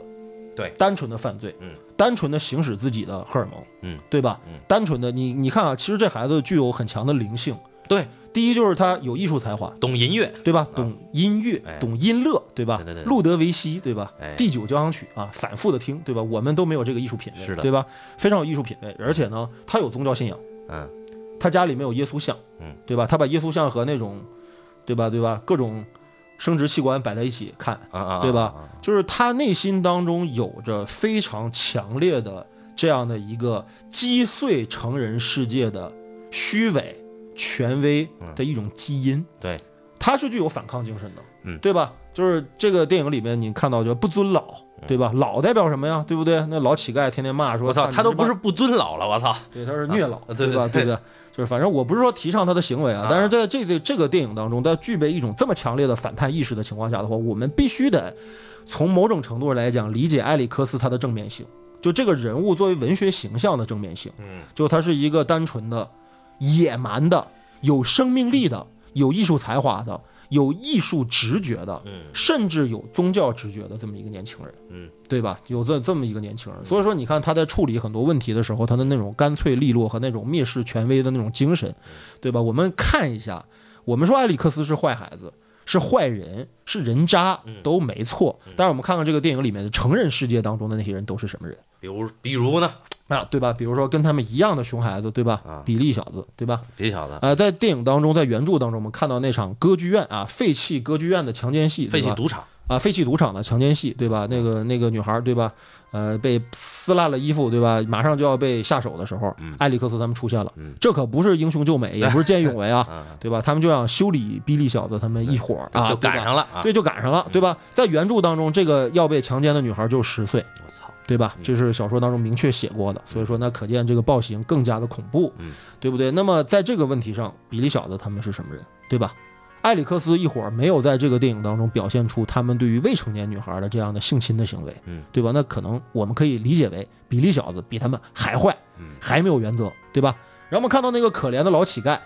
对
单纯的犯罪，
嗯，
单纯的行使自己的荷尔蒙，
嗯，
对吧？
嗯
单纯的你，你看啊，其实这孩子具有很强的灵性，
对，
第一就是他有艺术才华，
懂音乐，
对吧？懂音乐，
哎
懂音乐，对吧？
对对对
路德维希，对吧？
哎
第九交响曲啊，反复的听，对吧？我们都没有这个艺术品
是
味，
的
对吧？非常有艺术品味，而且呢，他有宗教信仰，
嗯
他家里面有耶稣像，
嗯，
对吧？他把耶稣像和那种，对吧？对吧？各种生殖器官摆在一起看，
啊啊，
对吧
啊？啊
就是他内心当中有着非常强烈的这样的一个击碎成人世界的虚伪、权威的一种基因。
嗯对，
他是具有反抗精神的，
嗯
对吧？就是这个电影里面你看到就不尊老，对吧？老代表什么呀？对不对？那老乞丐天天骂说，
嗯我操，
你
他都
妈
不是不尊老了，我操，
对，他是虐老，
对
吧？
啊
对
对
不对？就是反正我不是说提倡他的行为啊
啊，
但是在这个这个电影当中，在具备一种这么强烈的反叛意识的情况下的话，我们必须得从某种程度来讲理解埃里克斯他的正面性，就这个人物作为文学形象的正面性，
嗯，
就他是一个单纯的、野蛮的、有生命力的、有艺术才华的、有艺术直觉的，
嗯
甚至有宗教直觉的这么一个年轻人，
嗯，
对吧？有这这么一个年轻人，所以说你看他在处理很多问题的时候，他的那种干脆利落和那种蔑视权威的那种精神，
嗯
对吧？我们看一下，我们说埃里克斯是坏孩子。是坏人，是人渣，
嗯
都没错。但是我们看看这个电影里面的成人世界当中的那些人都是什么人。
比如比如呢，
啊，对吧？比如说跟他们一样的熊孩子，对吧？
嗯啊
比利小子，对吧？
别小子
啊、在电影当中，在原著当中，我们看到那场歌剧院啊，废弃歌剧院的强奸戏，对
废弃
吧
赌场，
啊，废弃赌场的强奸戏，对吧？那个那个女孩儿，对吧？呃，被撕烂了衣服，对吧？马上就要被下手的时候，
嗯
埃里克斯他们出现了，
嗯
这可不是英雄救美，也不是见义勇
(laughs)
为啊，
啊，
对吧？他们就想修理比利小子他们一伙儿啊，
就
对吧
赶上了啊，
对，就赶上了，对吧？在原著当中，这个要被强奸的女孩就十岁，
我操，
对吧
嗯？
这是小说当中明确写过的，所以说那可见这个暴行更加的恐怖
嗯，
对不对？那么在这个问题上，比利小子他们是什么人，对吧？埃里克斯一伙儿没有在这个电影当中表现出他们对于未成年女孩的这样的性侵的行为，
嗯，
对吧？那可能我们可以理解为比利小子比他们还坏，
嗯
还没有原则，对吧？然后我们看到那个可怜的老乞丐，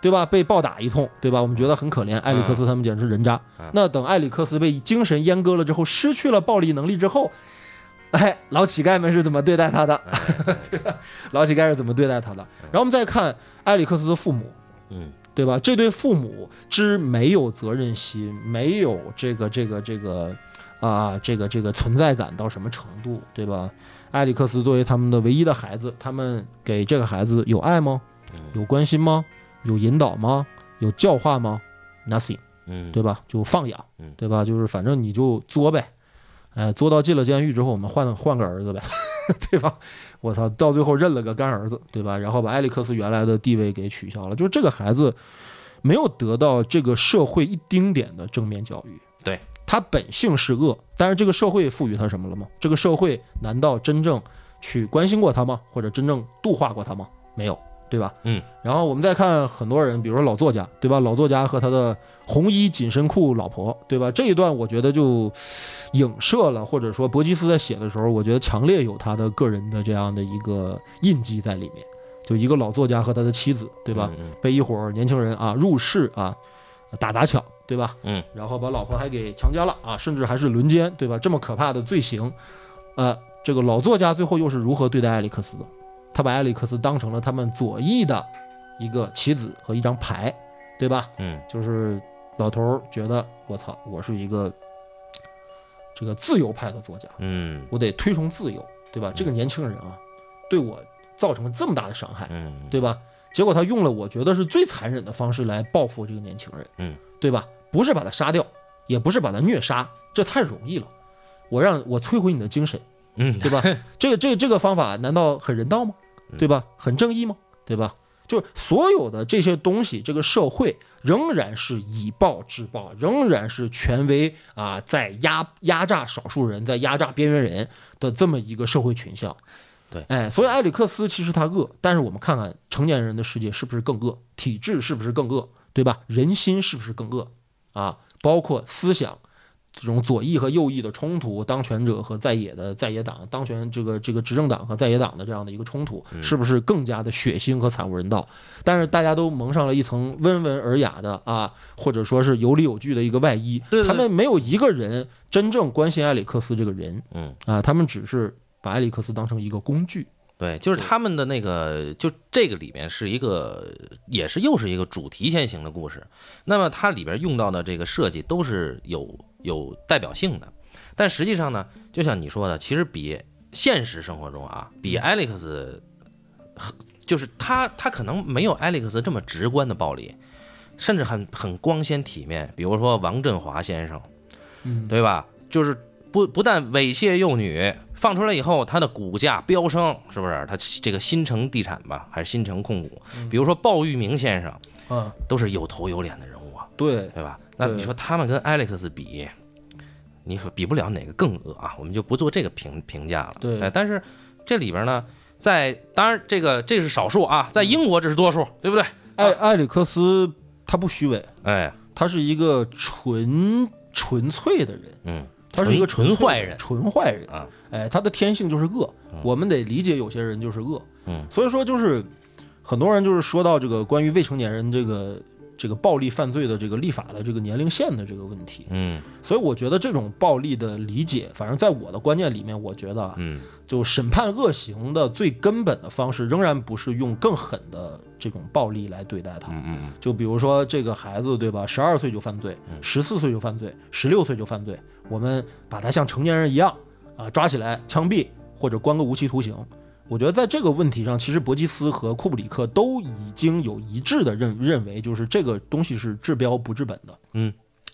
对吧？被暴打一通，对吧？我们觉得很可怜，埃里克斯他们简直是人渣。
嗯
那等埃里克斯被精神阉割了之后，失去了暴力能力之后，哎，老乞丐们是怎么对待他的？
哎
(laughs)
哎
老乞丐是怎么对待他的？然后我们再看埃里克斯的父母，
嗯
对吧？这对父母之没有责任心，没有这个这个这个啊，这个这个存在感到什么程度，对吧？埃里克斯作为他们的唯一的孩子，他们给这个孩子有爱吗？有关心吗？有引导吗？有教化吗？Nothing，
嗯，
对吧？就放养
嗯，
对吧？就是反正你就作呗，哎，作到进了监狱之后，我们换换个儿子呗， (laughs) 对吧？我操，到最后认了个干儿子，对吧？然后把埃里克斯原来的地位给取消了，就是这个孩子没有得到这个社会一丁点的正面教育。
对，
他本性是恶，但是这个社会赋予他什么了吗？这个社会难道真正去关心过他吗？或者真正度化过他吗？没有，对吧？
嗯。
然后我们再看很多人，比如说老作家，对吧？老作家和他的红衣紧身裤老婆，对吧？这一段我觉得就影射了，或者说伯吉斯在写的时候，我觉得强烈有他的个人的这样的一个印记在里面。就一个老作家和他的妻子，对吧？
嗯？
被一伙儿年轻人啊入室啊打砸抢，对吧？
嗯，
然后把老婆还给强奸了啊，甚至还是轮奸，对吧？这么可怕的罪行，呃，这个老作家最后又是如何对待埃里克斯的？他把埃里克斯当成了他们左翼的一个棋子和一张牌，对吧？
嗯
就是老头儿觉得我操，我是一个这个自由派的作家，
嗯
我得推崇自由，对吧？这个年轻人啊，对我造成了这么大的伤害，
嗯，
对吧？结果他用了我觉得是最残忍的方式来报复这个年轻人，
嗯，
对吧？不是把他杀掉，也不是把他虐杀，这太容易了。我让我摧毁你的精神，
嗯，嗯
对
(laughs)
吧？这个这个这个方法难道很人道吗？对吧？很正义吗？对吧？就是所有的这些东西，这个社会仍然是以暴制暴，仍然是权威啊、在压压榨少数人，在压榨边缘人的这么一个社会群像。
对
哎，所以埃里克斯其实他恶，但是我们看看成年人的世界是不是更恶，体制是不是更恶，对吧？人心是不是更恶啊？包括思想，这种左翼和右翼的冲突，当权者和在野的在野党，当权这个这个执政党和在野党的这样的一个冲突，是不是更加的血腥和惨无人道？但是大家都蒙上了一层温文尔雅的啊，或者说是有理有据的一个外衣，
对对对
他们没有一个人真正关心埃里克斯这个人，
嗯
啊，他们只是把埃里克斯当成一个工具，
对，就是他们的那个，就这个里面是一个，也是又是一个主题先行的故事。那么它里边用到的这个设计都是有有代表性的，但实际上呢，就像你说的，其实比现实生活中啊，比艾利克斯，就是他他可能没有艾利克斯这么直观的暴力，甚至很很光鲜体面。比如说王振华先生，
嗯，
对吧？就是不不但猥亵幼女，放出来以后，它的股价飙升，是不是？它这个新城地产吧，还是新城控股？
嗯
比如说鲍玉明先生，
啊，
都是有头有脸的人物啊，
对，
对吧？那
对
你说他们跟 Alex 比，你说比不了哪个更恶啊？我们就不做这个评评价了。
对
哎但是这里边呢，在当然这个这是少数啊，在英国这是多数，对不对？
埃埃里克斯他不虚伪，
哎，
他是一个纯纯粹的人，
嗯，
他是一个
纯
纯粹的
坏人
纯坏人
啊，
哎，他的天性就是恶，我们得理解有些人就是恶，
嗯，
所以说就是很多人就是说到这个关于未成年人这个这个暴力犯罪的这个立法的这个年龄线的这个问题，
嗯
所以我觉得这种暴力的理解，反正在我的观念里面，我觉得啊，
嗯，
就审判恶行的最根本的方式，仍然不是用更狠的这种暴力来对待他。
嗯
就比如说这个孩子，对吧？十二岁就犯罪，十四岁就犯罪，十六岁就犯罪，我们把他像成年人一样啊抓起来枪毙或者关个无期徒刑。我觉得在这个问题上，其实伯吉斯和库布里克都已经有一致的认认为，就是这个东西是治标不治本的，
嗯，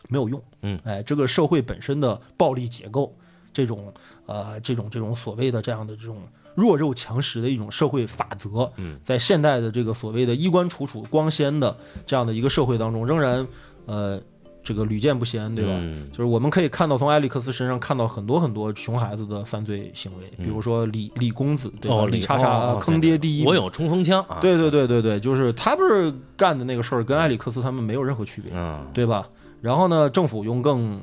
没有用，
嗯，
哎，这个社会本身的暴力结构，这种呃这种这种所谓的这样的这种弱肉强食的一种社会法则，
嗯，
在现代的这个所谓的衣冠楚楚、光鲜的这样的一个社会当中，仍然呃这个屡见不鲜，对吧？
嗯
就是我们可以看到，从埃里克斯身上看到很多很多熊孩子的犯罪行为，比如说李李公子，对吧？
嗯哦李
李叉叉、
哦哦
坑爹第一，
我有冲锋枪啊，，
对对对对对，就是他不是干的那个事儿，跟埃里克斯他们没有任何区别，
嗯，
对吧？然后呢，政府用更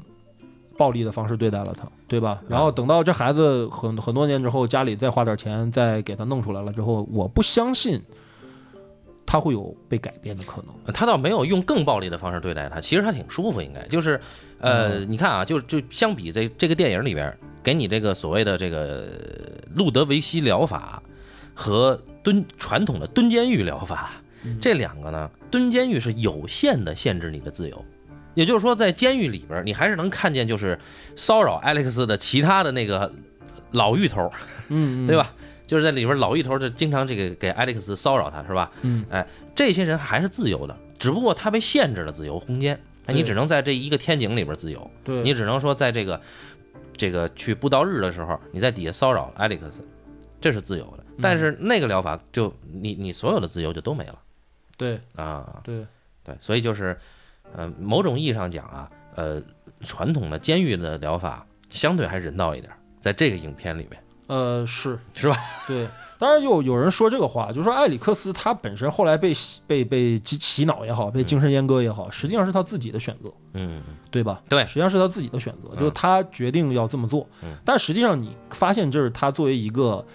暴力的方式对待了他，对吧？然
嗯
后等到这孩子很很多年之后，家里再花点钱再给他弄出来了之后，我不相信他会有被改变的可能。
他倒没有用更暴力的方式对待他，其实他挺舒服，应该就是，呃，你看啊，就就相比这这个电影里边给你这个所谓的这个路德维希疗法和蹲传统的蹲监狱疗法，
嗯
这两个呢，蹲监狱是有限的限制你的自由。也就是说，在监狱里边，你还是能看见就是骚扰 Alex 的其他的那个老狱头，
嗯，嗯
对？吧？就是在里边老一头就经常这个给艾利克斯骚扰他，是吧？
嗯，
哎，这些人还是自由的，只不过他被限制了自由空间，哎，
对
你只能在这一个天井里边自由，
对，
你只能说在这个这个去布道日的时候，你在底下骚扰艾利克斯，这是自由的。但是那个疗法就你你所有的自由就都没了
对
啊，
对，
对，所以就是，呃，某种意义上讲啊，呃，传统的监狱的疗法相对还人道一点，在这个影片里面，
呃，是
是吧？
对。当然有有人说这个话，就说埃里克斯他本身后来被被被洗洗脑也好，被精神阉割也好，实际上是他自己的选择。
嗯，
对吧？
对
实际上是他自己的选择，
嗯
就是他决定要这么做。
嗯
但实际上你发现，这是他作为一个，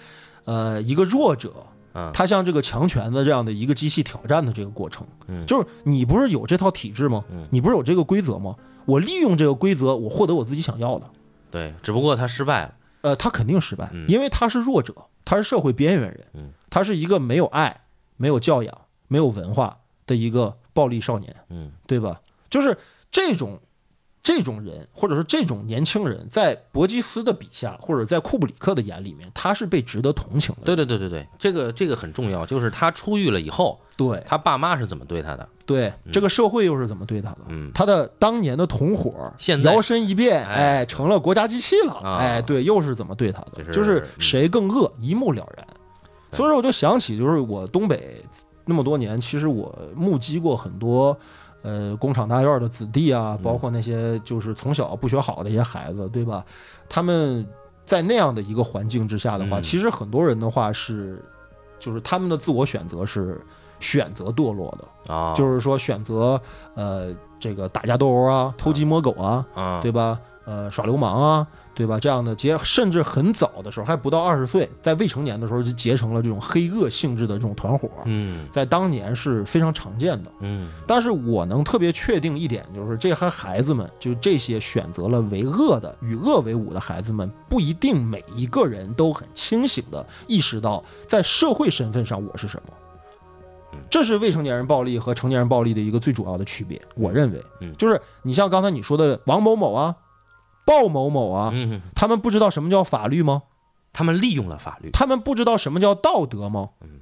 呃，一个弱者，
嗯
他向这个强权的这样的一个机器挑战的这个过程。
嗯
就是你不是有这套体制吗？
嗯
你不是有这个规则吗？我利用这个规则，我获得我自己想要的。
对，只不过他失败了。
呃，他肯定失败，
嗯
因为他是弱者，他是社会边缘人，
嗯
他是一个没有爱、没有教养、没有文化的一个暴力少年。
嗯
对吧？就是这种这种人，或者说这种年轻人，在伯吉斯的笔下，或者在库布里克的眼里面，他是被值得同情，的。
对对对对对，这个这个很重要，就是他出狱了以后，
对
他爸妈是怎么对他的？
对，这个社会又是怎么对他的？
嗯
他的当年的同伙，
现在
摇身一变，
哎
哎，成了国家机器了，
啊
哎，对，又是怎么对他的？
就是嗯
就是谁更恶，一目了然。
对
所以说，我就想起，就是我东北那么多年，其实我目击过很多，呃，工厂大院的子弟啊，
嗯
包括那些就是从小不学好的一些孩子，对吧？他们在那样的一个环境之下的话，
嗯
其实很多人的话是，就是他们的自我选择是选择堕落的。
啊，
就是说选择呃这个打架斗殴啊、偷鸡摸狗啊，
啊，
对吧？呃，耍流氓啊，对吧？这样的结，甚至很早的时候，还不到二十岁，在未成年的时候就结成了这种黑恶性质的这种团伙，
嗯
在当年是非常常见的。
嗯
但是我能特别确定一点，就是这些孩子们，就这些选择了为恶的、与恶为伍的孩子们，不一定每一个人都很清醒的意识到，在社会身份上我是什么
嗯。
这是未成年人暴力和成年人暴力的一个最主要的区别，我认为
嗯，
就是你像刚才你说的王某某啊、鲍某某啊，
嗯，
他们不知道什么叫法律吗？
他们利用了法律，
他们不知道什么叫道德吗
嗯？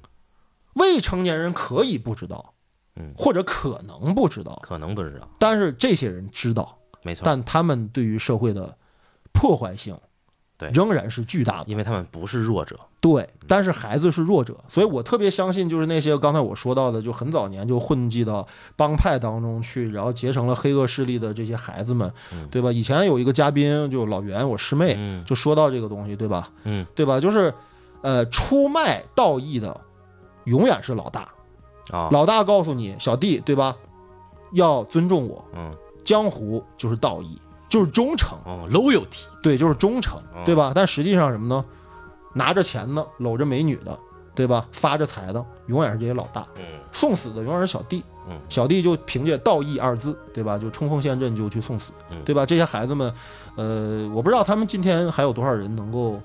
未成年人可以不知道
嗯，
或者可能不知道，
可能不知道，
但是这些人知道，
没错，
但他们对于社会的破坏性，
对嗯
仍然是巨大的。
因为他们不是弱者，
对，但是孩子是弱者，所以我特别相信，就是那些刚才我说到的，就很早年就混迹到帮派当中去，然后结成了黑恶势力的这些孩子们，对吧？以前有一个嘉宾，就老袁，我师妹，
嗯
就说到这个东西，对吧？
嗯，
对吧？就是，呃，出卖道义的永远是老大，
啊，
老大告诉你，小弟，对吧？要尊重我，
嗯
江湖就是道义，就是忠诚，
哦，loyalty，
对，就是忠诚
嗯，
对吧？但实际上什么呢？拿着钱的，搂着美女的，对吧？发着财的，永远是这些老大，
嗯
送死的永远是小弟
嗯。
小弟就凭借“道义”二字，对吧？就冲锋陷阵就去送死
嗯，
对吧？这些孩子们，呃，我不知道他们今天还有多少人能够。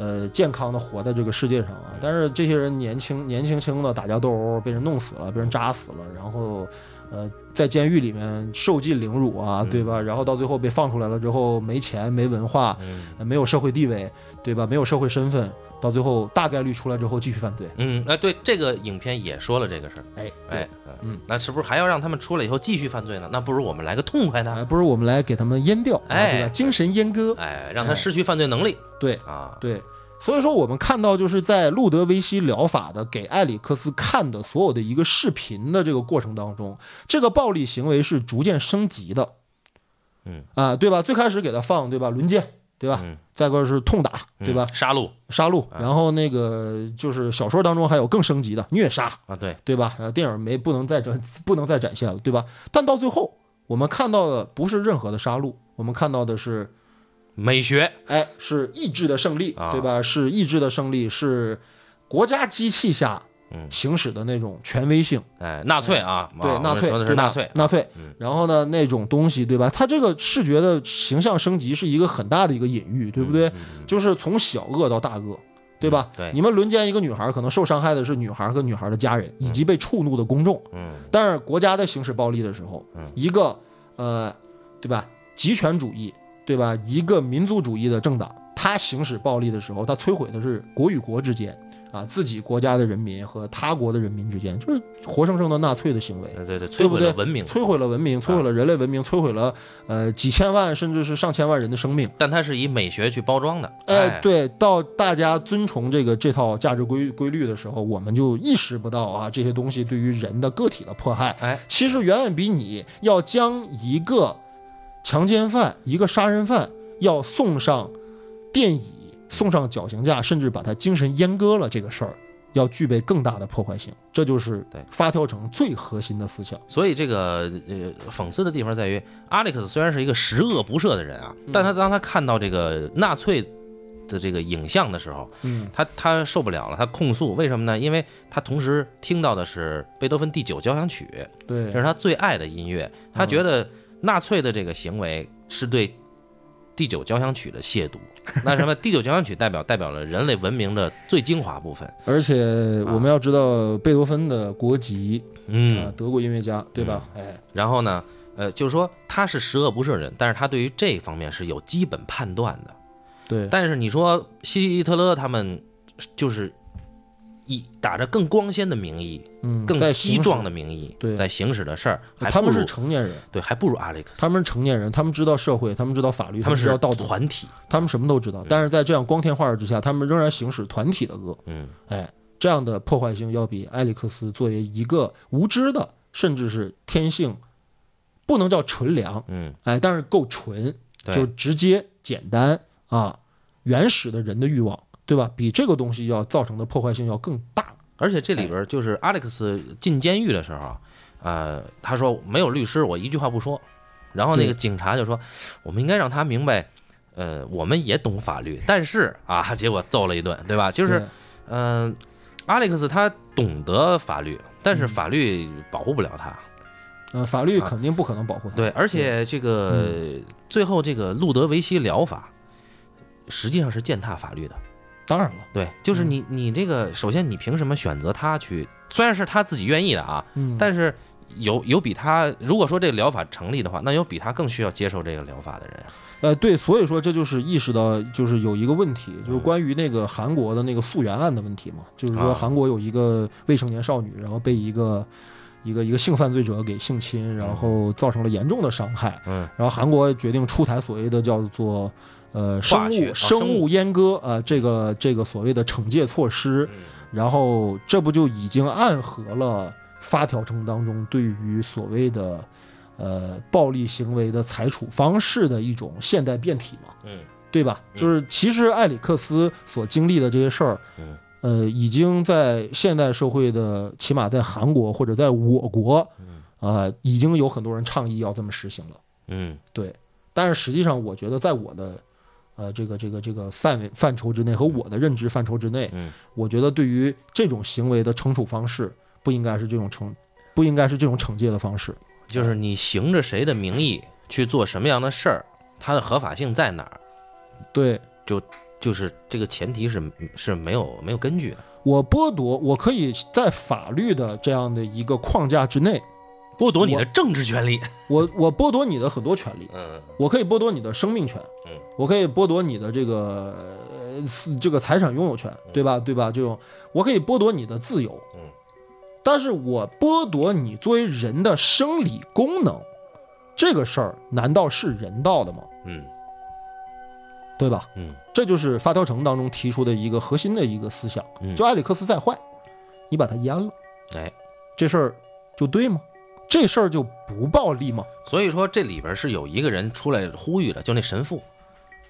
呃，健康的活在这个世界上啊，但是这些人年轻年轻轻的打架斗殴，被人弄死了，被人扎死了，然后，呃，在监狱里面受尽凌辱啊，
嗯
对吧？然后到最后被放出来了之后，没钱没文化，
嗯
呃没有社会地位，对吧？没有社会身份，到最后大概率出来之后继续犯罪。
嗯，哎，对，这个影片也说了这个事儿，
哎，
哎，
嗯，
那是不是还要让他们出来以后继续犯罪呢？那不如我们来个痛快
哎，
的，
不如我们来给他们阉掉，啊
啊哎
对吧？精神阉割，
哎，让他失去犯罪能力
对
啊，
对。所以说，我们看到就是在路德维希疗法的给埃里克斯看的所有的一个视频的这个过程当中，这个暴力行为是逐渐升级的，
嗯
啊，对吧？最开始给他放，对吧？轮奸，对吧？
嗯
再个是痛打，对吧？
嗯杀戮
杀戮，然后那个就是小说当中还有更升级的虐杀，
啊，对，
对吧？呃，电影没不能再展 (laughs) 不能再展现了，对吧？但到最后，我们看到的不是任何的杀戮，我们看到的是，
美学，
哎，是意志的胜利
啊，
对吧？是意志的胜利，是国家机器下
嗯
行使的那种权威性，
哎，纳粹啊，
对
啊
纳
我们
粹，
说的
对
是
吧
纳粹，
纳粹
嗯。
然后呢，那种东西，对吧？它这个视觉的形象升级是一个很大的一个隐喻，对不
嗯
对？就是从小恶到大恶。对吧？
嗯对
你们轮奸一个女孩，可能受伤害的是女孩和女孩的家人，以及被触怒的公众。
嗯
但是国家在行使暴力的时候
嗯，
一个呃，对吧？集权主义，对吧？一个民族主义的政党，它行使暴力的时候，它摧毁的是国与国之间啊，自己国家的人民和他国的人民之间，就是活生生的纳粹的行为，
对对
对
对，摧
不
毁
对
了文明，
摧毁了文明，摧毁了人类文明，摧毁了呃几千万甚至是上千万人的生命。
但它是以美学去包装的，
哎，，对，到大家遵从这个这套价值规规律的时候，我们就意识不到啊，这些东西对于人的个体的迫害，
哎，
其实远远比你要将一个强奸犯、一个杀人犯要送上电椅、送上绞刑架，甚至把他精神阉割了这个事儿，要具备更大的破坏性。这就是
对
发条城最核心的思想。
所以这个呃讽刺的地方在于，阿历克斯虽然是一个十恶不赦的人啊，
嗯
但他当他看到这个纳粹的这个影像的时候，
嗯，
他他受不了了，他控诉，为什么呢？因为他同时听到的是贝多芬第九交响曲，
对嗯
这，是他最爱的音乐，他觉得纳粹的这个行为是对。第九交响曲的亵渎，那什么？第九交响曲代表代表了人类文明的最精华部分。
而且我们要知道贝多芬的国籍啊、
啊嗯，
德国音乐家，对吧？哎，
然后呢，呃，就是说他是十恶不赦人，但是他对于这方面是有基本判断的。
对，
但是你说希特勒他们就是以打着更光鲜的名义、
嗯，
更
在
激
行
壮
驶
的名义，
对
在行使的事儿，还
他
不
们
如
是成年人，
对，还不如阿历克斯，
他们是成年人，他们知道社会，他们知道法律，
他
们
们
知
是
道道德，
团体，
他们什么都知道，但是在这样光天化日之下，他们仍然行使团体的恶，
嗯，
哎，这样的破坏性要比埃里克斯作为一个无知的，甚至是天性，不能叫纯良，
嗯，
哎，但是够纯，
对
就直接简单啊，原始的人的欲望，对吧？比这个东西要造成的破坏性要更大，
而且这里边就是阿历克斯进监狱的时候啊，呃，他说没有律师，我一句话不说。然后那个
对
警察就说，我们应该让他明白，呃，我们也懂法律，但是啊， (laughs) 结果揍了一顿，对吧？就是，嗯、阿历克斯他懂得法律，但是法律保护不了他。
对，呃，法律肯定不可能保护他，
啊对，而嗯且这个最后这个路德维希疗法，实际上是践踏法律的。
当然了，
对，就是你你这个，首先你凭什么选择他去？虽然是他自己愿意的啊，
嗯，
但是有有比他，如果说这个疗法成立的话，那有比他更需要接受这个疗法的人。
呃，对，所以说这就是意识到，就是有一个问题，就是关于那个韩国的那个溯源案的问题嘛，就是
嗯啊
说韩国有一个未成年少女，然后被一个一个一个性犯罪者给性侵，然后造成了严重的伤害，
嗯，
然后韩国决定出台所谓的叫做呃生
化学
物
啊
生
生物
物阉割呃这个这个所谓的惩戒措施，
嗯
然后这不就已经暗合了发条城当中对于所谓的呃暴力行为的裁处方式的一种现代变体嘛，
嗯，
对吧？就是其实埃里克斯所经历的这些事儿，
嗯，
呃，已经在现代社会的，起码在韩国或者在我国，啊、已经有很多人倡议要这么实行了。
嗯，
对，但是实际上，我觉得在我的呃这个这个这个范围范畴之内和我的认知范畴之内，
嗯，
我觉得对于这种行为的惩处方式，不应该是这种惩，不应该是这种惩戒的方式。
就是你行着谁的名义去做什么样的事儿，它的合法性在哪儿？
对
就是这个前提是是没有没有根据的，
我剥夺，我可以在法律的这样的一个框架之内，
剥夺
你
你
的
的政治权利。
我我剥夺你的很多权利，
嗯，
我可以剥夺你的生命权，
嗯，
我可以剥夺你的这个呃私这个财产拥有权，对吧？对吧？这种我可以剥夺你的自由，
嗯，
但是我剥夺你作为人的生理功能，这个事儿难道是人道的吗？
嗯
对吧？
嗯，
这就是发条城当中提出的一个核心的一个思想，
嗯
就埃里克斯再坏，你把他阉了，
哎，
这事儿就对吗？这事儿就不暴力吗？
所以说这里边是有一个人出来呼吁的，就那神父，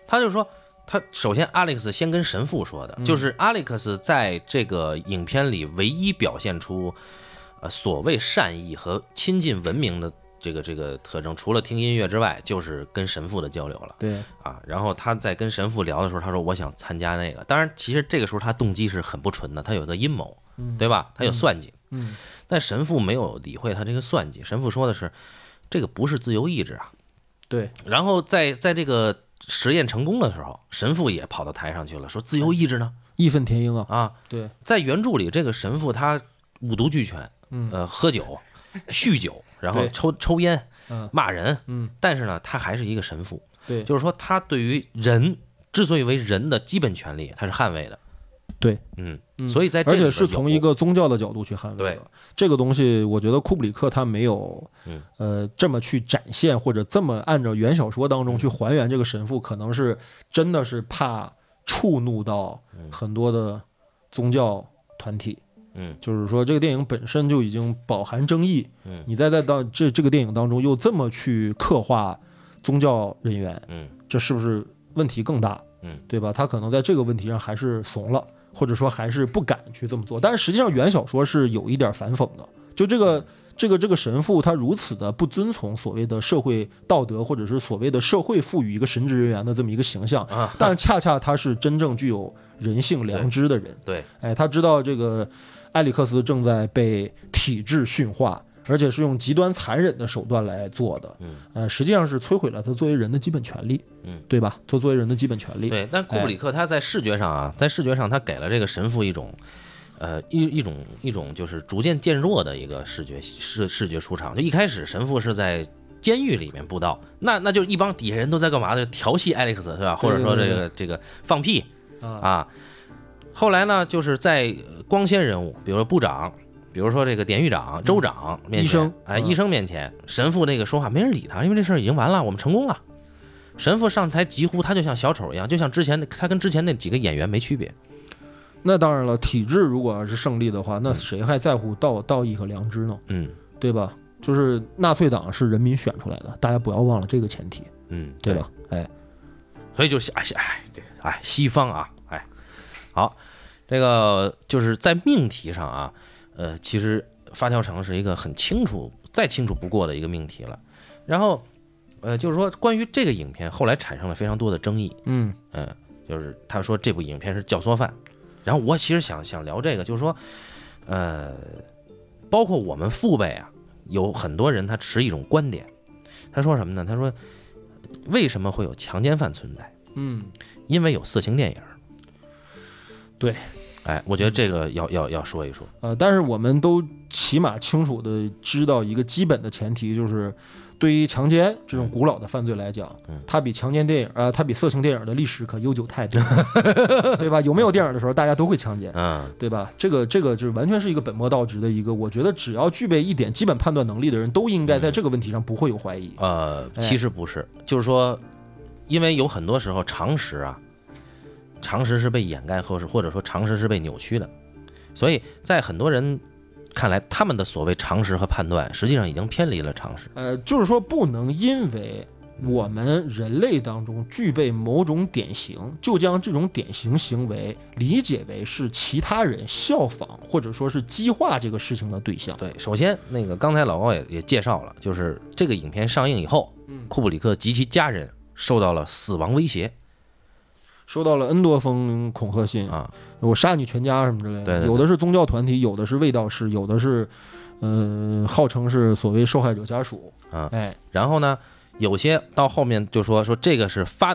他就说，他首先 Alex 先跟神父说的，就是 Alex 在这个影片里唯一表现出，呃，所谓善意和亲近文明的这个这个特征，除了听音乐之外，就是跟神父的交流了
对，
啊。然后他在跟神父聊的时候，他说我想参加那个，当然其实这个时候他动机是很不纯的，他有个阴谋，对吧？他有算计，
嗯，
但神父没有理会他这个算计，神父说的是，这个不是自由意志啊。
对，
然后在在这个实验成功的时候，神父也跑到台上去了，说自由意志呢？
义愤填膺啊，
啊，
对，
在原著里，这个神父他五毒俱全，
嗯
呃，喝酒、酗酒，然后
对
抽抽烟
嗯，
骂人，
嗯，
但是呢，他还是一个神父，
对，
就是说他对于人之所以为人的基本权利，他是捍卫的。
对，
嗯，
嗯
所以在这
而
里
且
边
是从一
有
个宗教的角度去捍卫
对
的。这个东西，我觉得库布里克他没有
嗯，
呃，这么去展现或者这么按照原小说当
嗯
中去还原这个神父，可能是真的是怕触怒到很多的宗教团体。
嗯，
就是说这个电影本身就已经饱含争议。
嗯
你再在当这这个电影当中又这么去刻画宗教人员，
嗯，
这是不是问题更大？
嗯，
对吧？他可能在这个问题上还是怂了，或者说还是不敢去这么做。但是实际上，原小说是有一点反讽的，就这
嗯
个。这个这个神父他如此的不遵从所谓的社会道德，或者是所谓的社会赋予一个神职人员的这么一个形象，
啊，
但恰恰他是真正具有人性良知的人。
对，
哎，他知道这个埃里克斯正在被体制驯化，而且是用极端残忍的手段来做的。
嗯，
呃，实际上是摧毁了他作为人的基本权利。
嗯，
对吧？做作为人的基本权利。
对，但库布里克他在视觉上啊，在视觉上他给了这个神父一种，呃，一一种一种就是逐渐渐弱的一个视觉视视觉出场。就一开始神父是在监狱里面布道，那那就是一帮底下人都在干嘛呢？调戏艾利克斯是吧？或者说这
对对
个这个放屁
啊
啊。后来呢，就是在呃光鲜人物，比如说部长。比如说这个典狱长、州长
嗯
面前，
医生
哎，
嗯
医生面前，神父那个说话没人理他，因为这事儿已经完了，我们成功了。神父上台疾呼，他就像小丑一样，就像之前那他跟之前那几个演员没区别。
那当然了，体制如果要是胜利的话，那谁还在乎道道义和良知呢？
嗯
对吧？就是纳粹党是人民选出来的，大家不要忘了这个前提，
嗯，
对吧？哎，
所以就是哎哎对哎，西方啊，哎，好，这个就是在命题上啊，呃，其实发条城是一个很清楚、再清楚不过的一个命题了。然后，呃，就是说关于这个影片后来产生了非常多的争议，
嗯，
嗯，就是他说这部影片是教唆犯，然后我其实想想聊这个，就是说，呃，包括我们父辈啊，有很多人他持一种观点，他说什么呢？他说为什么会有强奸犯存在？
嗯，
因为有色情电影。
对，
哎，我觉得这个要要要说一说，
呃，但是我们都起码清楚的知道一个基本的前提，就是对于强奸这种古老的犯罪来讲，
嗯
它比强奸电影，呃，它比色情电影的历史可悠久太多，了，对吧？有没有电影的时候，大家都会强奸，
嗯
对吧？这个这个就是完全是一个本末倒置的一个，我觉得只要具备一点基本判断能力的人，都应
嗯
该在这个问题上不会有怀疑。
呃，
哎
其实不是，就是说，因为有很多时候常识啊，常识是被掩盖或是或者说常识是被扭曲的，所以在很多人看来，他们的所谓常识和判断，实际上已经偏离了常识。
呃，就是说不能因为我们人类当中具备某种典型，就将这种典型行为理解为是其他人效仿或者说是激化这个事情的对象。
对，首先那个刚才老高也也介绍了，就是这个影片上映以后，
嗯
库布里克及其家人受到了死亡威胁
收到了 N 多封恐吓信，
啊，
我杀你全家什么之类的，
对对对
有的是宗教团体，有的是卫道士，有的是，呃，号称是所谓受害者家属。
啊
哎，
然后呢，有些到后面就说说这个是发，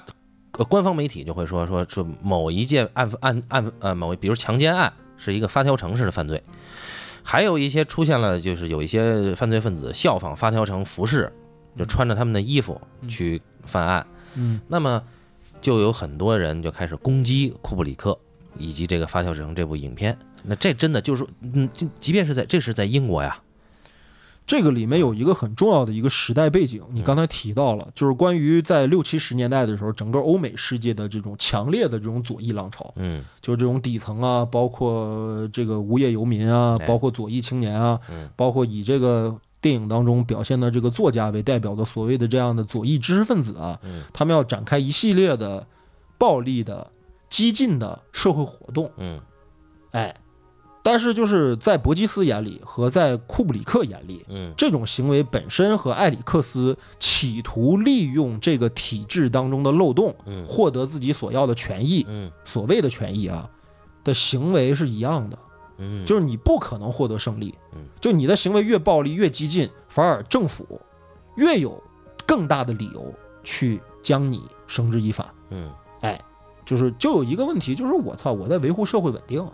呃，官方媒体就会说说说某一件案案案呃某比如强奸案是一个发条城式的犯罪，还有一些出现了就是有一些犯罪分子效仿发条城服饰，就穿着他们的衣服去犯案，
嗯，
那么就有很多人就开始攻击库布里克以及这个发条城这部影片。那这真的就是，嗯，这即便是在这是在英国呀，
这个里面有一个很重要的一个时代背景，
嗯
你刚才提到了，就是关于在六七十年代的时候，整个欧美世界的这种强烈的这种左翼浪潮，
嗯
就是这种底层啊，包括这个无业游民啊
哎，
包括左翼青年啊
嗯，
包括以这个电影当中表现的这个作家为代表的所谓的这样的左翼知识分子啊，
嗯
他们要展开一系列的暴力的、激进的社会活动。
嗯
哎，但是就是在伯吉斯眼里和在库布里克眼里，
嗯
这种行为本身和埃里克斯企图利用这个体制当中的漏洞，
嗯
获得自己所要的权益，
嗯
所谓的权益啊的行为是一样的。
嗯，
就是你不可能获得胜利
嗯，
就你的行为越暴力越激进，反而政府越有更大的理由去将你绳之以法。
嗯
哎，就是就有一个问题，就是我操，我在维护社会稳定啊，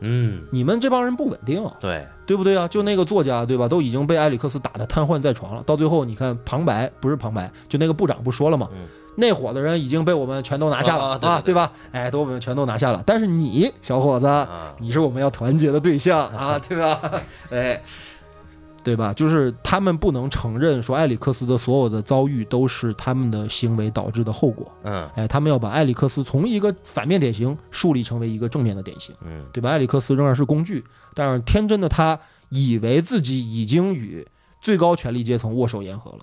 嗯
你们这帮人不稳定啊，
对，
对不对啊？就那个作家对吧，都已经被埃里克斯打得瘫痪在床了，到最后你看旁白不是旁白，就那个部长不说了吗？
嗯
那伙子人已经被我们全都拿下了
啊啊对
啊，
对对
对吧？哎，都我们全都拿下了，但是你小伙子，
啊
你是我们要团结的对象
(laughs)
啊，对吧？ (laughs) 哎，对吧？就是他们不能承认说埃里克斯的所有的遭遇都是他们的行为导致的后果。
嗯
哎，他们要把埃里克斯从一个反面典型树立成为一个正面的典型，
嗯
对吧？埃里克斯仍然是工具，但是天真的他以为自己已经与最高权力阶层握手言和了，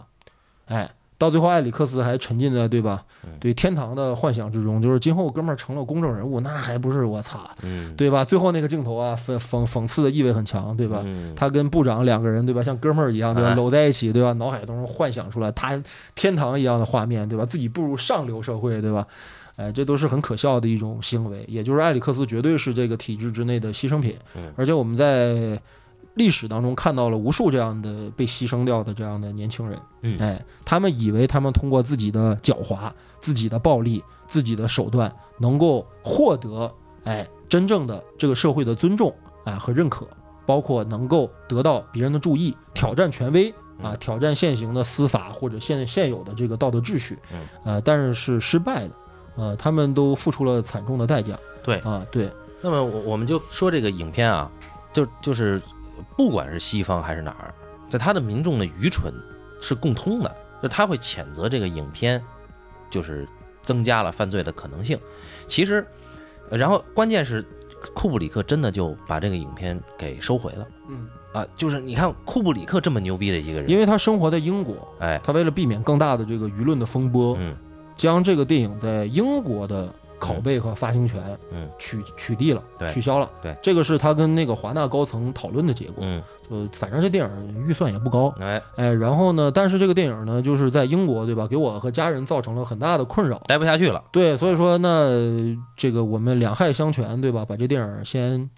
哎。到最后，埃里克斯还沉浸在对吧
嗯
对天堂的幻想之中，就是今后哥们儿成了公众人物，那还不是我操，
嗯，
对吧？最后那个镜头啊，讽讽讽刺的意味很强，对吧？
嗯
他跟部长两个人，对吧？像哥们儿一样，对吧？
哎
搂在一起，对吧？脑海当中幻想出来他天堂一样的画面，对吧？自己步入上流社会，对吧？哎，这都是很可笑的一种行为。也就是埃里克斯绝对是这个体制之内的牺牲品
嗯，
而且我们在历史当中看到了无数这样的被牺牲掉的这样的年轻人。
嗯
哎，他们以为他们通过自己的狡猾、自己的暴力、自己的手段，能够获得哎真正的这个社会的尊重啊和认可，包括能够得到别人的注意，挑战权威啊，
嗯
挑战现行的司法或者现现有的这个道德秩序
嗯，
呃，但是是失败的，呃，他们都付出了惨重的代价。
对
啊，对，
那么我我们就说这个影片啊，就就是不管是西方还是哪儿，在他的民众的愚蠢是共通的，就他会谴责这个影片，就是增加了犯罪的可能性。其实，呃然后关键是库布里克真的就把这个影片给收回了
嗯，
啊，就是你看库布里克这么牛逼的一个人，
因为他生活在英国，
哎，
他为了避免更大的这个舆论的风波，
嗯
将这个电影在英国的拷贝和发行权，
嗯
取取缔了，
对
取消了，
对
这个是他跟那个华纳高层讨论的结果。
嗯，
呃，反正这电影预算也不高，
哎，
哎，然后呢，但是这个电影呢，就是在英国，对吧？给我和家人造成了很大的困扰。
待不下去了，
对，所以说那这个我们两害相权，对吧？把这电影先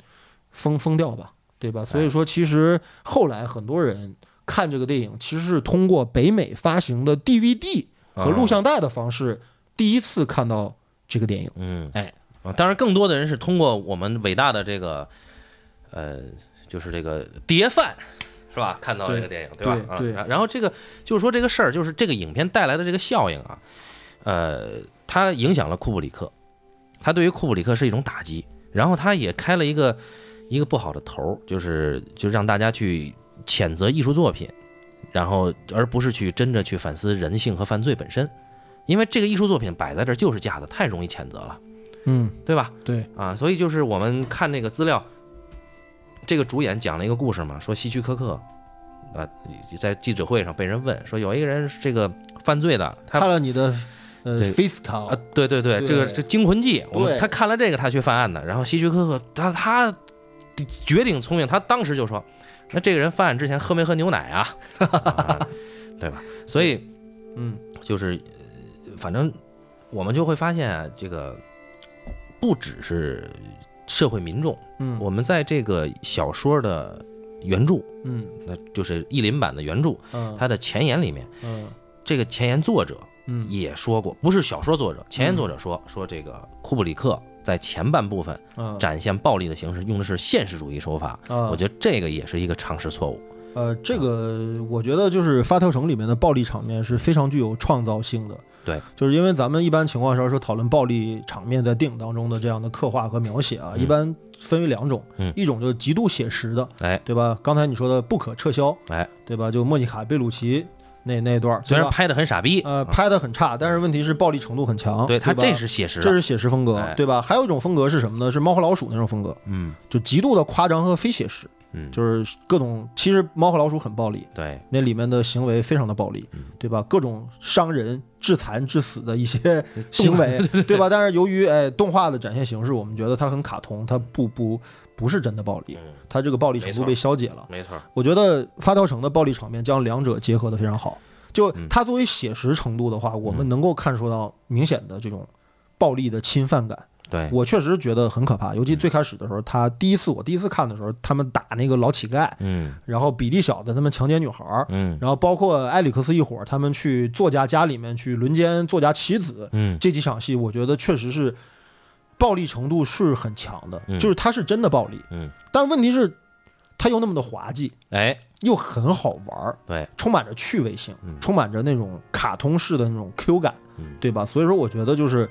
封封掉吧，对吧？所以说，其实后来很多人看这个电影，其实是通过北美发行的 DVD
啊
和录像带的方式，第一次看到这个电影。
嗯，
哎
啊，当然更多的人是通过我们伟大的这个，呃，就是这个碟贩，是吧？看到这个电影，对吧？啊
对对
然然后这个就是说这个事儿，就是这个影片带来的这个效应啊，呃，它影响了库布里克，它对于库布里克是一种打击，然后它也开了一个一个不好的头儿，就是就让大家去谴责艺术作品，然后而不是去真的去反思人性和犯罪本身。因为这个艺术作品摆在这儿就是假的，太容易谴责了，
嗯，
对吧？
对，
啊，所以就是我们看那个资料，这个主演讲了一个故事嘛，说希区柯克啊，在记者会上被人问说有一个人是这个犯罪的，他
看了你的呃
对
face c a l
啊，对对对，
对
这个这惊魂记，我们
对
他看了这个他去犯案的，然后希区柯克他他绝顶聪明，他当时就说，那这个人犯案之前喝没喝牛奶啊，啊对吧？所以。
嗯，
就是，呃反正我们就会发现啊，这个不只是社会民众，
嗯
我们在这个小说的原著，
嗯
那就是译林版的原著，
嗯
它的前言里面，
嗯
这个前言作者
嗯
也说过，不是小说作者，前言作者说说这个库布里克在前半部分
嗯，
展现暴力的形式用的是现实主义手法，
啊
我觉得这个也是一个常识错误。
呃，这个我觉得就是《发条城》里面的暴力场面是非常具有创造性的。
对，
就是因为咱们一般情况下说讨论暴力场面在电影当中的这样的刻画和描写啊，
嗯
一般分为两种，
嗯
一种就是极度写实的，
哎，
对吧？刚才你说的不可撤销，
哎，
对吧？就莫妮卡贝鲁奇那那段儿，
虽
对
然
吧？
拍的很傻逼，
呃，拍的很差，但是问题是暴力程度很强，
对他
吧
这是写实
这
的，
是写实风格
哎，
对吧？还有一种风格是什么呢？是猫和老鼠那种风格，
嗯
就极度的夸张和非写实。
嗯，
就是各种，其实《猫和老鼠》很暴力，
对，
那里面的行为非常的暴力
嗯，
对吧？各种伤人、致残、致死的一
(laughs)
些行为，对吧？但是由于哎动画的展现形式，我们觉得它很卡通，它不不不是真的暴力，
嗯，
它这个暴力程
没
度
错
被消解了。
没错，
我觉得《发条城》的暴力场面将两者结合的非常好。就
嗯
它作为写实程度的话，我们能够看出到明显的这种暴力的侵犯感。
对，
我确实觉得很可怕，尤其
嗯
最开始的时候，他第一次我第一次看的时候，他们打那个老乞丐，
嗯
然后比利小子他们强奸女孩儿，
嗯
然后包括埃里克斯一伙儿，他们去作家家里面去轮奸作家妻子，
嗯，
这几场戏，我觉得确实是暴力程度是很强的，
嗯
就是它是真的暴力，
嗯，
但问题是，它又那么的滑稽，
哎，
又很好玩儿，
对，
充满着趣味性，
嗯
充满着那种卡通式的那种 Q 感，
嗯
对吧？所以说，我觉得就是，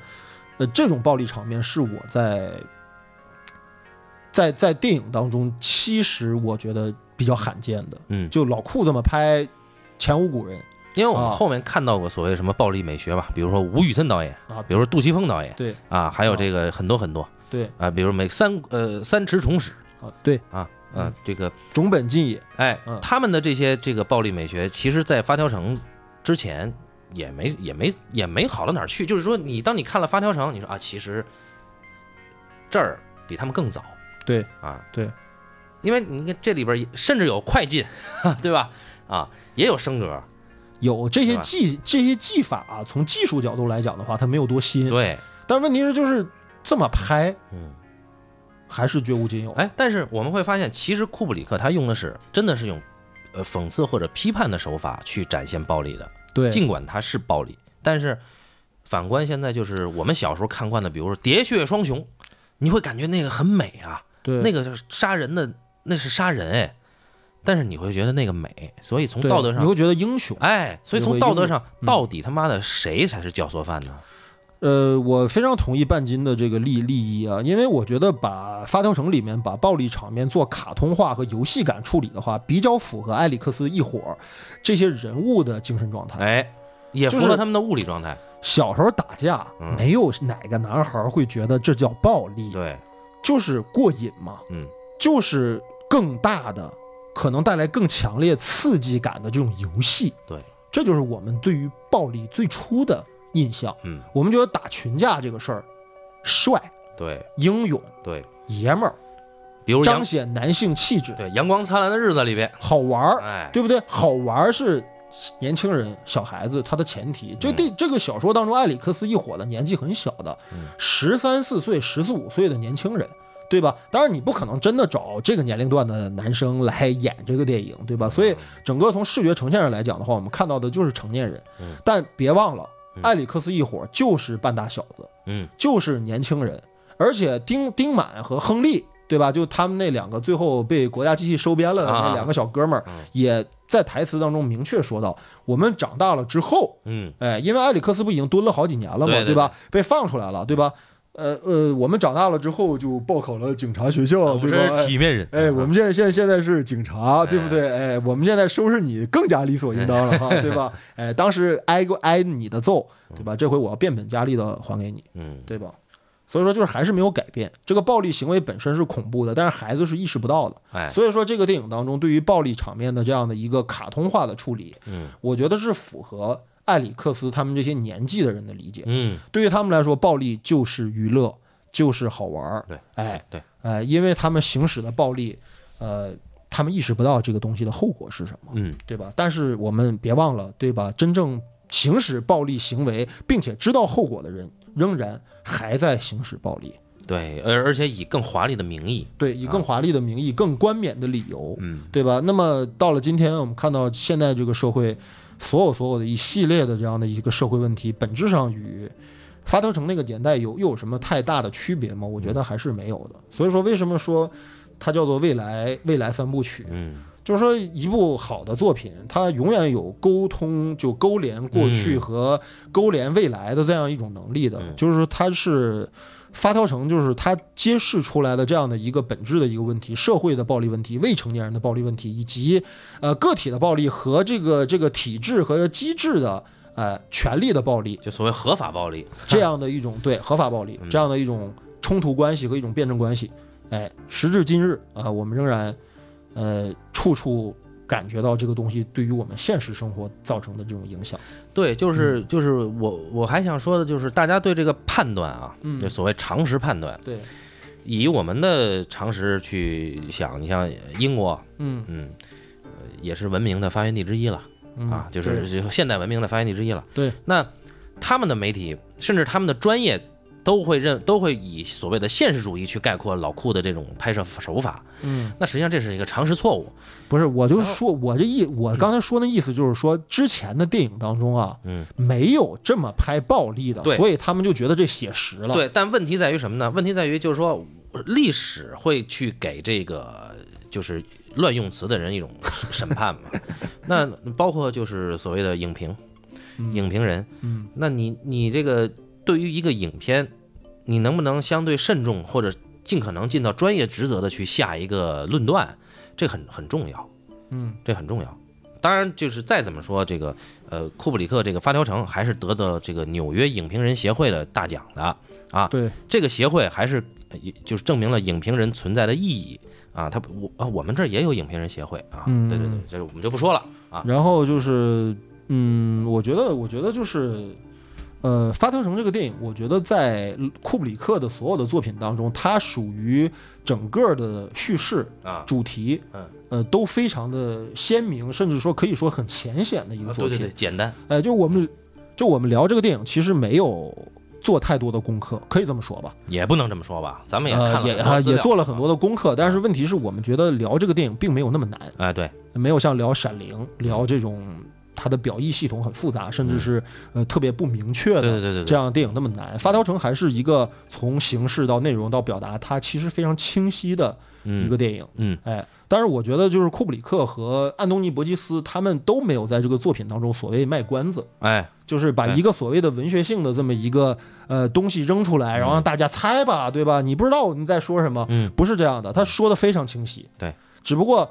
呃，这种暴力场面是我在在在电影当中，其实我觉得比较罕见的。
嗯，
就老库这么拍，前无古人
因为我
啊
们后面看到过所谓什么暴力美学嘛，比如说吴宇森导演
啊
比如说杜琪峰导演，
对
啊，还有这个很多很多
对
啊，比如每三呃三池崇史
啊，对，
啊，嗯、
嗯
这个
种本进也，
哎
嗯，
他们的这些这个暴力美学，其实，在发条城之前也没也没也没好到哪儿去。就是说，你当你看了发条城，你说啊，其实这儿比他们更早
对
啊，
对，
因为你看这里边也甚至有快进， (laughs) 对吧？啊，也有升格，
有这些
对吧
技这些技法啊，从技术角度来讲的话，它没有多新，
对，
但问题是就是这么拍
嗯，
还是绝无仅有。
哎，但是我们会发现，其实库布里克他用的是真的是用呃讽刺或者批判的手法去展现暴力的，
对，
尽管它是暴力，但是反观现在就是我们小时候看惯的，比如说《喋血双雄》，你会感觉那个很美啊，
对，
那个杀人的那是杀人哎，但是你会觉得那个美，所以从
对
道德
你
上，
会觉得英雄。
哎，所以从道德上，
嗯
到底他妈的谁才是教唆犯呢？
呃，我非常同意半斤的这个利利益啊，因为我觉得把《发条城》里面把暴力场面做卡通化和游戏感处理的话，比较符合埃里克斯一伙儿这些人物的精神状态。
哎，也
啊就
符合
是
他们的物理状态，
小时候打架，
嗯
没有哪个男孩儿会觉得这叫暴力，
对，
就是过瘾嘛，
嗯，
就是更大的，可能带来更强烈刺激感的这种游戏。
对，
这就是我们对于暴力最初的印象。
嗯，
我们觉得打群架这个事儿，帅、
对
英勇、
对，
爷们儿，
比如
彰
阳
显男性气质，
对阳光灿烂的日子里边，
好玩儿，
哎，
对不对？好玩儿是年轻人、小孩子他的前提。这这这个小说当中，埃里克斯一伙的年纪很小的
嗯，
十三四岁、十四五岁的年轻人。对吧？当然，你不可能真的找这个年龄段的男生来演这个电影，对吧？
嗯
所以，整个从视觉呈现上来讲的话，我们看到的就是成年人
嗯。
但别忘了，
嗯
埃里克斯一伙就是半大小子，
嗯
就是年轻人，而且丁丁满和亨利，对吧？就他们那两个最后被国家机器收编了的
啊
那两个小哥们儿，
嗯
也在台词当中明确说到，我们长大了之后，
嗯，
哎，因为埃里克斯不已经蹲了好几年了嘛，
对对
吧？被放出来了，对吧？呃呃，我们长大了之后就报考了警察学校，
啊我
对
们
吧？
是
哎
体面人，
哎，我们现在现在现在是警察，
哎
对不对？哎，我们现在收拾你更加理所应当
(laughs)
了哈，对吧？哎，当时挨过挨你的揍，对吧？这回我要变本加厉的还给你。
嗯，
对吧？所以说就是还是没有改变，这个暴力行为本身是恐怖的，但是孩子是意识不到的。
哎，
所以说这个电影当中对于暴力场面的这样的一个卡通化的处理，
嗯，
我觉得是符合艾里克斯他们这些年纪的人的理解。
嗯，
对于他们来说，暴力就是娱乐，就是好玩儿。
对，
哎，
对，
哎，因为他们行使的暴力，呃，他们意识不到这个东西的后果是什么，
嗯，
对吧？但是我们别忘了，对吧？真正行使暴力行为并且知道后果的人，仍然还在行使暴力。
对，而而且以更华丽的名义，
对，以更华丽的名义、更冠冕的理由，
嗯，
对吧？那么到了今天，我们看到现在这个社会，所有所有的一系列的这样的一个社会问题，本质上与发条城那个年代有又有什么太大的区别吗？我觉得还是没有的。所以说，为什么说它叫做未来未来三部曲？
嗯，
就是说，一部好的作品，它永远有沟通，就勾连过去
嗯
和勾连未来的这样一种能力的。
嗯
就是说，它是发条城，就是它揭示出来的这样的一个本质的一个问题：社会的暴力问题、未成年人的暴力问题，以及呃个体的暴力和这个这个体制和机制的呃权力的暴力
就所谓合法暴力，
这样的一种对合法暴力
嗯
这样的一种冲突关系和一种辩证关系。哎，时至今日啊、我们仍然呃，处处感觉到这个东西对于我们现实生活造成的这种影响。
对，就是
嗯
就是我我还想说的就是，大家对这个判断啊，
嗯
就所谓常识判断，
对，
以我们的常识去想，你像英国，
嗯
嗯，呃也是文明的发源地之一了
嗯
啊，就是就是现代文明的发源地之一了。
对，
那他们的媒体甚至他们的专业都会认都会以所谓的现实主义去概括老库的这种拍摄手法，
嗯，
那实际上这是一个常识错误。
不是，我就
然后
说，我这意，我刚才说那意思就是说，之前的电影当中啊，
嗯，
没有这么拍暴力的，
对
所以他们就觉得这写实了。，
对，但问题在于什么呢？问题在于就是说，历史会去给这个就是乱用词的人一种审判
(laughs)
嘛。那包括就是所谓的影评，影评人，
嗯，
那你你这个对于一个影片，你能不能相对慎重或者尽可能尽到专业职责的去下一个论断，这很很重要。
嗯，
这很重要。当然，就是再怎么说，这个呃，库布里克这个《发条城》还是得到这个纽约影评人协会的大奖的啊。
对，
这个协会还是呃也就是证明了影评人存在的意义啊。他我啊，我们这儿也有影评人协会啊。
嗯
对对对，这个我们就不说了啊。
然后就是，嗯，我觉得，我觉得就是，呃，《发条城》这个电影，我觉得在库布里克的所有的作品当中，它属于整个的叙事
啊
主题，
嗯，
呃，都非常的鲜明，甚至说可以说很浅显的一个
啊
作
对对
品。
对，简单，
哎，就我们，就我们聊这个电影，其实没有做太多的功课，可以这么说吧？
也不能这么说吧，咱们也看
呃，
了很
也
多
啊
资料
也做了很多的功课，但是问题是我们觉得聊这个电影并没有那么难，
啊，对，
没有像聊《闪灵》聊这种它的表意系统很复杂，甚至是呃特别不明确
对嗯对
的。
对
这
对对，
样的电影那么难，《发条城》还是一个从形式到内容到表达，它其实非常清晰的一
嗯
个电影。
嗯，
哎，但是我觉得就是库布里克和安东尼·伯吉斯他们都没有在这个作品当中所谓卖关子，
哎，
就是把
对
一个所谓的文学性的这么一个呃东西扔出来，然后让大家猜吧，对吧？你不知道你在说什么，
嗯
不是这样的，他说的非常清晰。
对，
只不过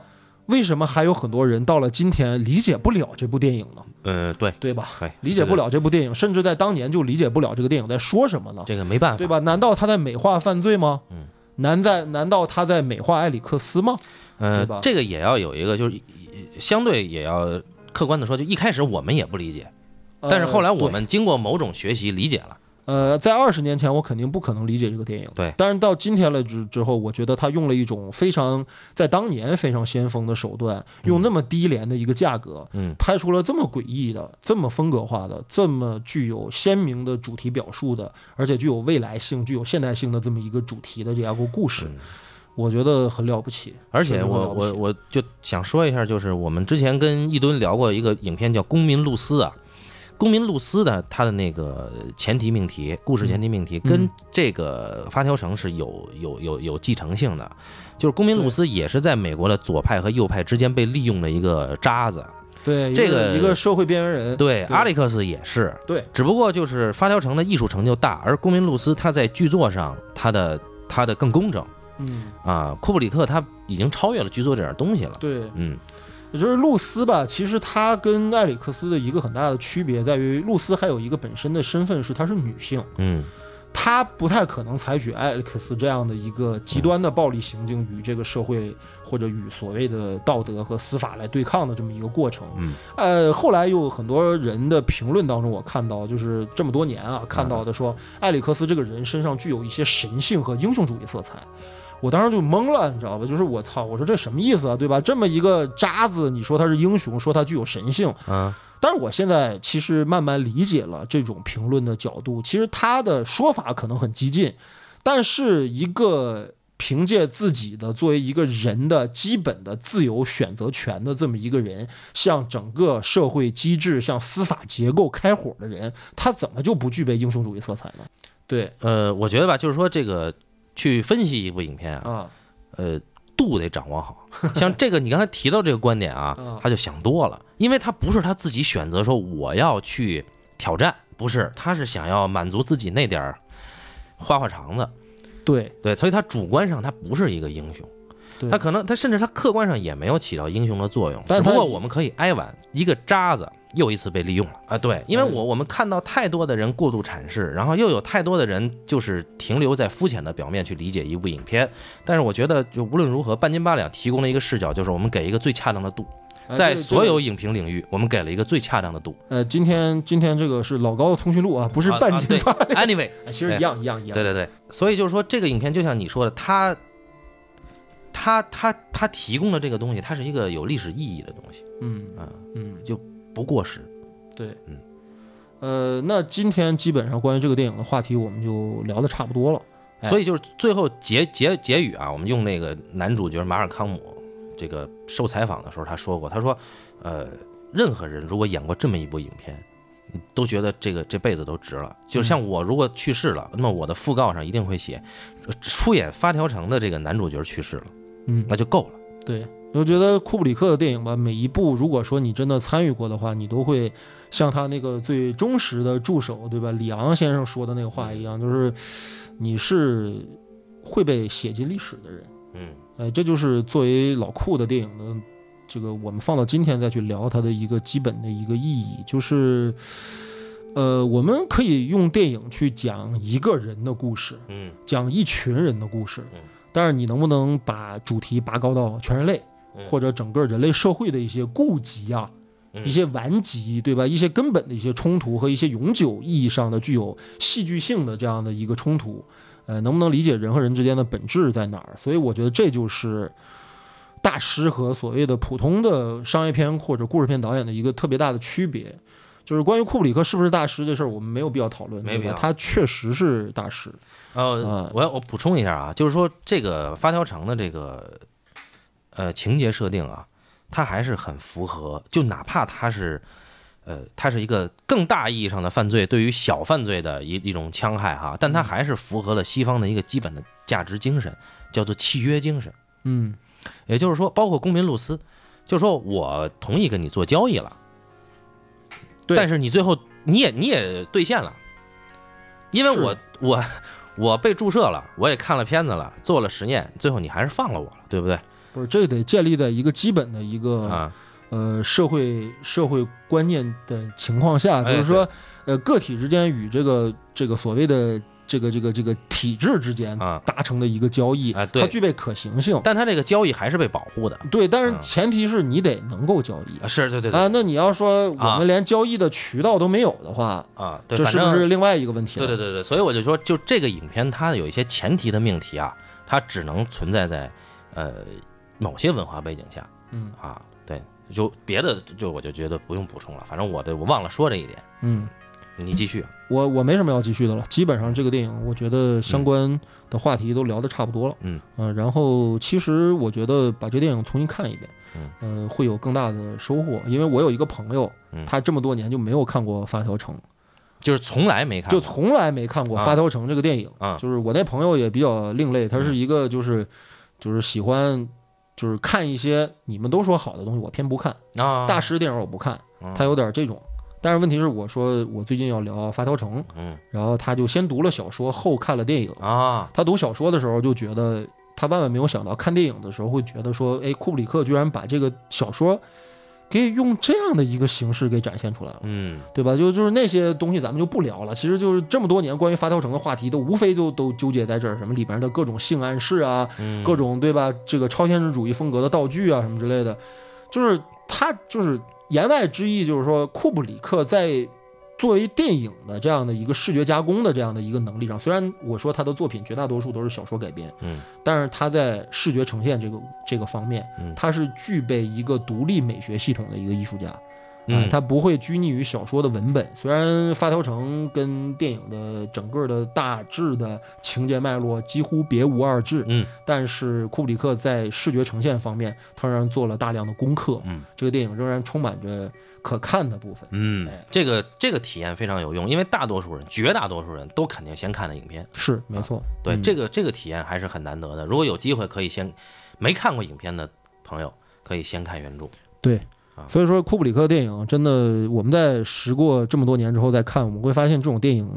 为什么还有很多人到了今天理解不了这部电影呢？
呃，对，
对吧？
哎，
理解不了这部电影，甚至在当年就理解不了这个电影在说什么呢
这个，？这个没办
对
法，
吧？难道他在美化犯罪吗？
嗯，
难在难道他在美化埃里克斯吗？对
呃
吧，
这个也要有一个，就是相对也要客观的说，就一开始我们也不理解，
呃
但是后来我
对
们经过某种学习理解了。
呃，在二十年前，我肯定不可能理解这个电影。
对
但是到今天了之之后，我觉得他用了一种非常在当年非常先锋的手段，用那么低廉的一个价格，
嗯，
拍出了这么诡异的、这么风格化的、这么具有鲜明的主题表述的，而且具有未来性、具有现代性的这么一个主题的这样一个故事，我觉得很了不起。
而
确
且
实很
我
了不
我
起
我就想说一下，就是我们之前跟一吨聊过一个影片叫《公民露丝》啊，《公民露丝》的它的那个前提命题，故事前提命题
嗯
跟这个发条城是有有有有继承性的，就是公民露丝也是在美国的左派和右派之间被利用的一个渣子。
对一
这个
一个社会边缘人，
对，
对
阿历克斯也是，
对，
只不过就是发条城的艺术成就大，而公民露丝他在剧作上他的他的更工整
嗯，
啊，库布里克他已经超越了剧作这点东西了，
对，
嗯，
也就是露丝吧，其实她跟埃里克斯的一个很大的区别在于，露丝还有一个本身的身份是她是女性，
嗯，
她不太可能采取埃里克斯这样的一个极端的暴力行径与这个社会或者与所谓的道德和司法来对抗的这么一个过程。
嗯，
呃，后来有很多人的评论当中，我看到就是这么多年啊，看到的说埃里克斯这个人身上具有一些神性和英雄主义色彩。我当时就懵了，你知道吧？就是我操，我说这什么意思啊，对吧？这么一个渣子，你说他是英雄，说他具有神性，
啊，
但是我现在其实慢慢理解了这种评论的角度，其实他的说法可能很激进，但是一个凭借自己的作为一个人的基本的自由选择权的这么一个人，向整个社会机制、向司法结构开火的人，他怎么就不具备英雄主义色彩呢？对
呃，我觉得吧，就是说这个去分析一部影片啊，
啊，
呃，度得掌握
(laughs)
好。像这个你刚才提到这个观点
嗯
啊，他就想多了，因为他不是他自己选择说我要去挑战，不是，他是想要满足自己那点儿花花肠子。
对
对，所以他主观上他不是一个英雄
对，
他可能他甚至他客观上也没有起到英雄的作用。
但
只不
他
过我们可以哀婉，一个渣子，又一次被利用了啊！对，因为我我们看到太多的人过度阐释，然后又有太多的人就是停留在肤浅的表面去理解一部影片。但是我觉得，就无论如何，半斤八两提供了一个视角，就是我们给一个最恰当的度，
哎
在
这个
所
这个
有影评领域，我们给了一个最恰当的度，
呃，今天今天这个是老高的通讯录啊，不是半斤八
八两。啊对 anyway，
两，其实一样一样一样。
对对对，所以就是说，这个影片就像你说的，它，它它它提供的这个东西，它是一个有历史意义的东西，
嗯
啊
嗯，
不过时。
对，
嗯，
呃，那今天基本上关于这个电影的话题我们就聊的差不多了。哎
所以就是最后结结结语啊，我们用那个男主角马尔康姆这个受采访的时候，他说过，他说，呃，任何人如果演过这么一部影片，嗯都觉得这个这辈子都值了。就像我如果去世了，那么我的讣告上一定会写，呃出演发条城的这个男主角去世了，
嗯，
那就够了。
对，我觉得库布里克的电影吧，每一部如果说你真的参与过的话，你都会像他那个最忠实的助手，对吧？里昂先生说的那个话一样，就是你是会被写进历史的人。
嗯，
呃，这就是作为老库的电影的这个，我们放到今天再去聊它的一个基本的一个意义，就是，呃，我们可以用电影去讲一个人的故事，
嗯
讲一群人的故事
嗯，
但是你能不能把主题拔高到全人类
嗯，
或者整个人类社会的一些痼疾啊，
嗯
一些顽疾，对吧？一些根本的一些冲突和一些永久意义上的具有戏剧性的这样的一个冲突，呃，能不能理解人和人之间的本质在哪儿？所以我觉得这就是大师和所谓的普通的商业片或者故事片导演的一个特别大的区别。就是关于库布里克是不是大师这事儿，我们没有必要讨论，
没
对吧
必要
他确实是大师。
呃
嗯，
我要我补充一下啊，就是说这个发条城的这个呃情节设定啊，它还是很符合，就哪怕它是呃它是一个更大意义上的犯罪，对于小犯罪的一一种戕害哈，但它还是符合了西方的一个基本的价值精神，叫做契约精神。
嗯，
也就是说，包括公民露丝，就是说我同意跟你做交易了，
对
但是你最后你也你也兑现了，因为
是
我我我被注射了，我也看了片子了，做了实验，最后你还是放了我了，对不对？
不是，这得建立在一个基本的一个、
啊，
呃社会社会观念的情况下，就
哎
是说，呃个体之间与这个这个所谓的这个这个这个体制之间
啊
达成的一个交易，
啊对
它具备可行性。
但他这个交易还是被保护的，
对，但是
嗯
前提是你得能够交易
啊是对对对
啊。那你要说我
啊
们连交易的渠道都没有的话，
啊，对，
这
反
是不
正
是另外一个问题了？
对对对对，所以我就说，就这个影片它有一些前提的命题啊，它只能存在在呃某些文化背景下，
嗯
啊，对，就别的就我就觉得不用补充了，反正我的我忘了说这一点，
嗯。
你继续，
我我没什么要继续的了，基本上这个电影，我觉得相关的话题都聊得差不多了。
嗯，
呃，然后其实我觉得把这电影重新看一遍，嗯，呃，会有更大的收获。因为我有一个朋友，
嗯
他这么多年就没有看过《发条城》，
就是从来没看
就
过，
从来没看过《发条城》这个电影。
啊嗯
就是我那朋友也比较另类，他是一个就是就是喜欢就是看一些你们都说好的东西，我偏不看。
啊
大师电影我不看
嗯，
他有点这种。但是问题是，我说我最近要聊《发条城》，
嗯
然后他就先读了小说，后看了电影。
啊
他读小说的时候就觉得，他万万没有想到看电影的时候会觉得说，哎，库布里克居然把这个小说给用这样的一个形式给展现出来了，
嗯
对吧？就就是那些东西咱们就不聊了。其实就是这么多年关于发条城的话题，都无非就都纠结在这儿，什么里边的各种性暗示啊，
嗯
各种对吧？这个超现实主义风格的道具啊，什么之类的，就是他就是言外之意，就是说库布里克在作为电影的这样的一个视觉加工的这样的一个能力上，虽然我说他的作品绝大多数都是小说改编，
嗯，
但是他在视觉呈现这个这个方面
嗯，
他是具备一个独立美学系统的一个艺术家。啊
嗯
他不会拘泥于小说的文本。虽然《发条城》跟电影的整个的大致的情节脉络几乎别无二致，
嗯，
但是库布里克在视觉呈现方面，他仍然做了大量的功课，
嗯，
这个电影仍然充满着可看的部分。
嗯
哎，
这个这个体验非常有用，因为大多数人，绝大多数人都肯定先看的影片。
是，没错，
啊对，
嗯
这个这个体验还是很难得的。如果有机会，可以先没看过影片的朋友，可以先看原著。
对
啊。
所以说，库布里克的电影真的，我们在时过这么多年之后再看，我们会发现这种电影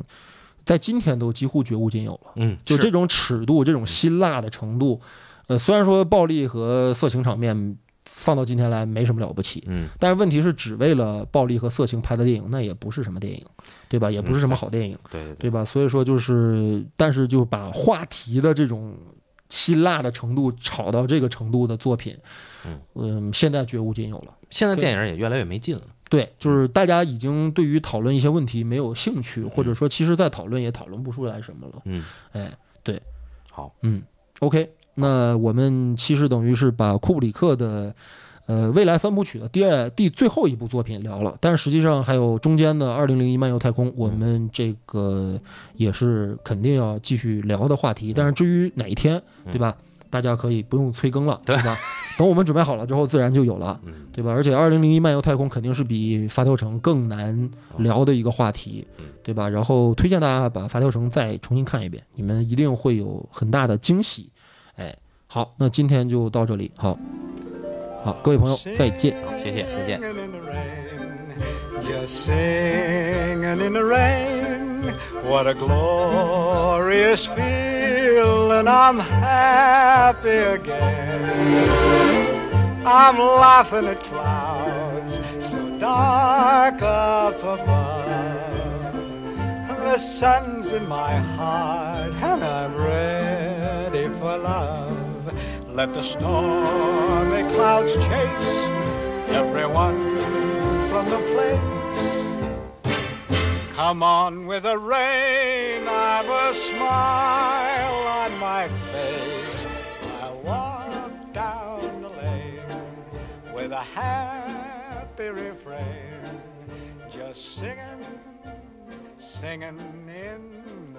在今天都几乎绝无仅有了。
嗯，
就是这种尺度、这种辛辣的程度，呃，虽然说暴力和色情场面放到今天来没什么了不起。
嗯，
但是问题是，只为了暴力和色情拍的电影，那也不是什么电影，对吧？也不是
嗯
什么好电影，
对对
对吧？所以说就是，但是就把话题的这种辛辣的程度炒到这个程度的作品，
嗯
嗯，现在绝无仅有了。
现在电影也越来越没劲了。
对，就是大家已经对于讨论一些问题没有兴趣，或者说其实在讨论也讨论不出来什么了。
嗯，
哎，对，
好，
嗯，OK，那我们其实等于是把库布里克的呃未来三部曲的第二第最后一部作品聊了，但实际上还有中间的《二零零一漫游太空》，我们这个也是肯定要继续聊的话
嗯
题。但是至于哪一天，对吧？大家可以不用催更了，对
(laughs)
吧？等我们准备好了之后，自然就有了。
嗯
对吧？而且二零零一漫游太空肯定是比发条城更难聊的一个话题
嗯，
对吧？然后推荐大家把发条城再重新看一遍，你们一定会有很大的惊喜。哎，好，那今天就到这里，好，好，各位朋友再见。
好，谢谢，再见。
Singing in the rain, just singing in the rain. What a glorious feeling! I'm happy again. I'm laughing at clouds so dark up above. The sun's in my heart, and I'm ready for love. Let the stormy clouds chase everyone from the place. Come on with the rain, I've a smile on my face. I'll walk down the lane with a happy refrain, just singing singing in the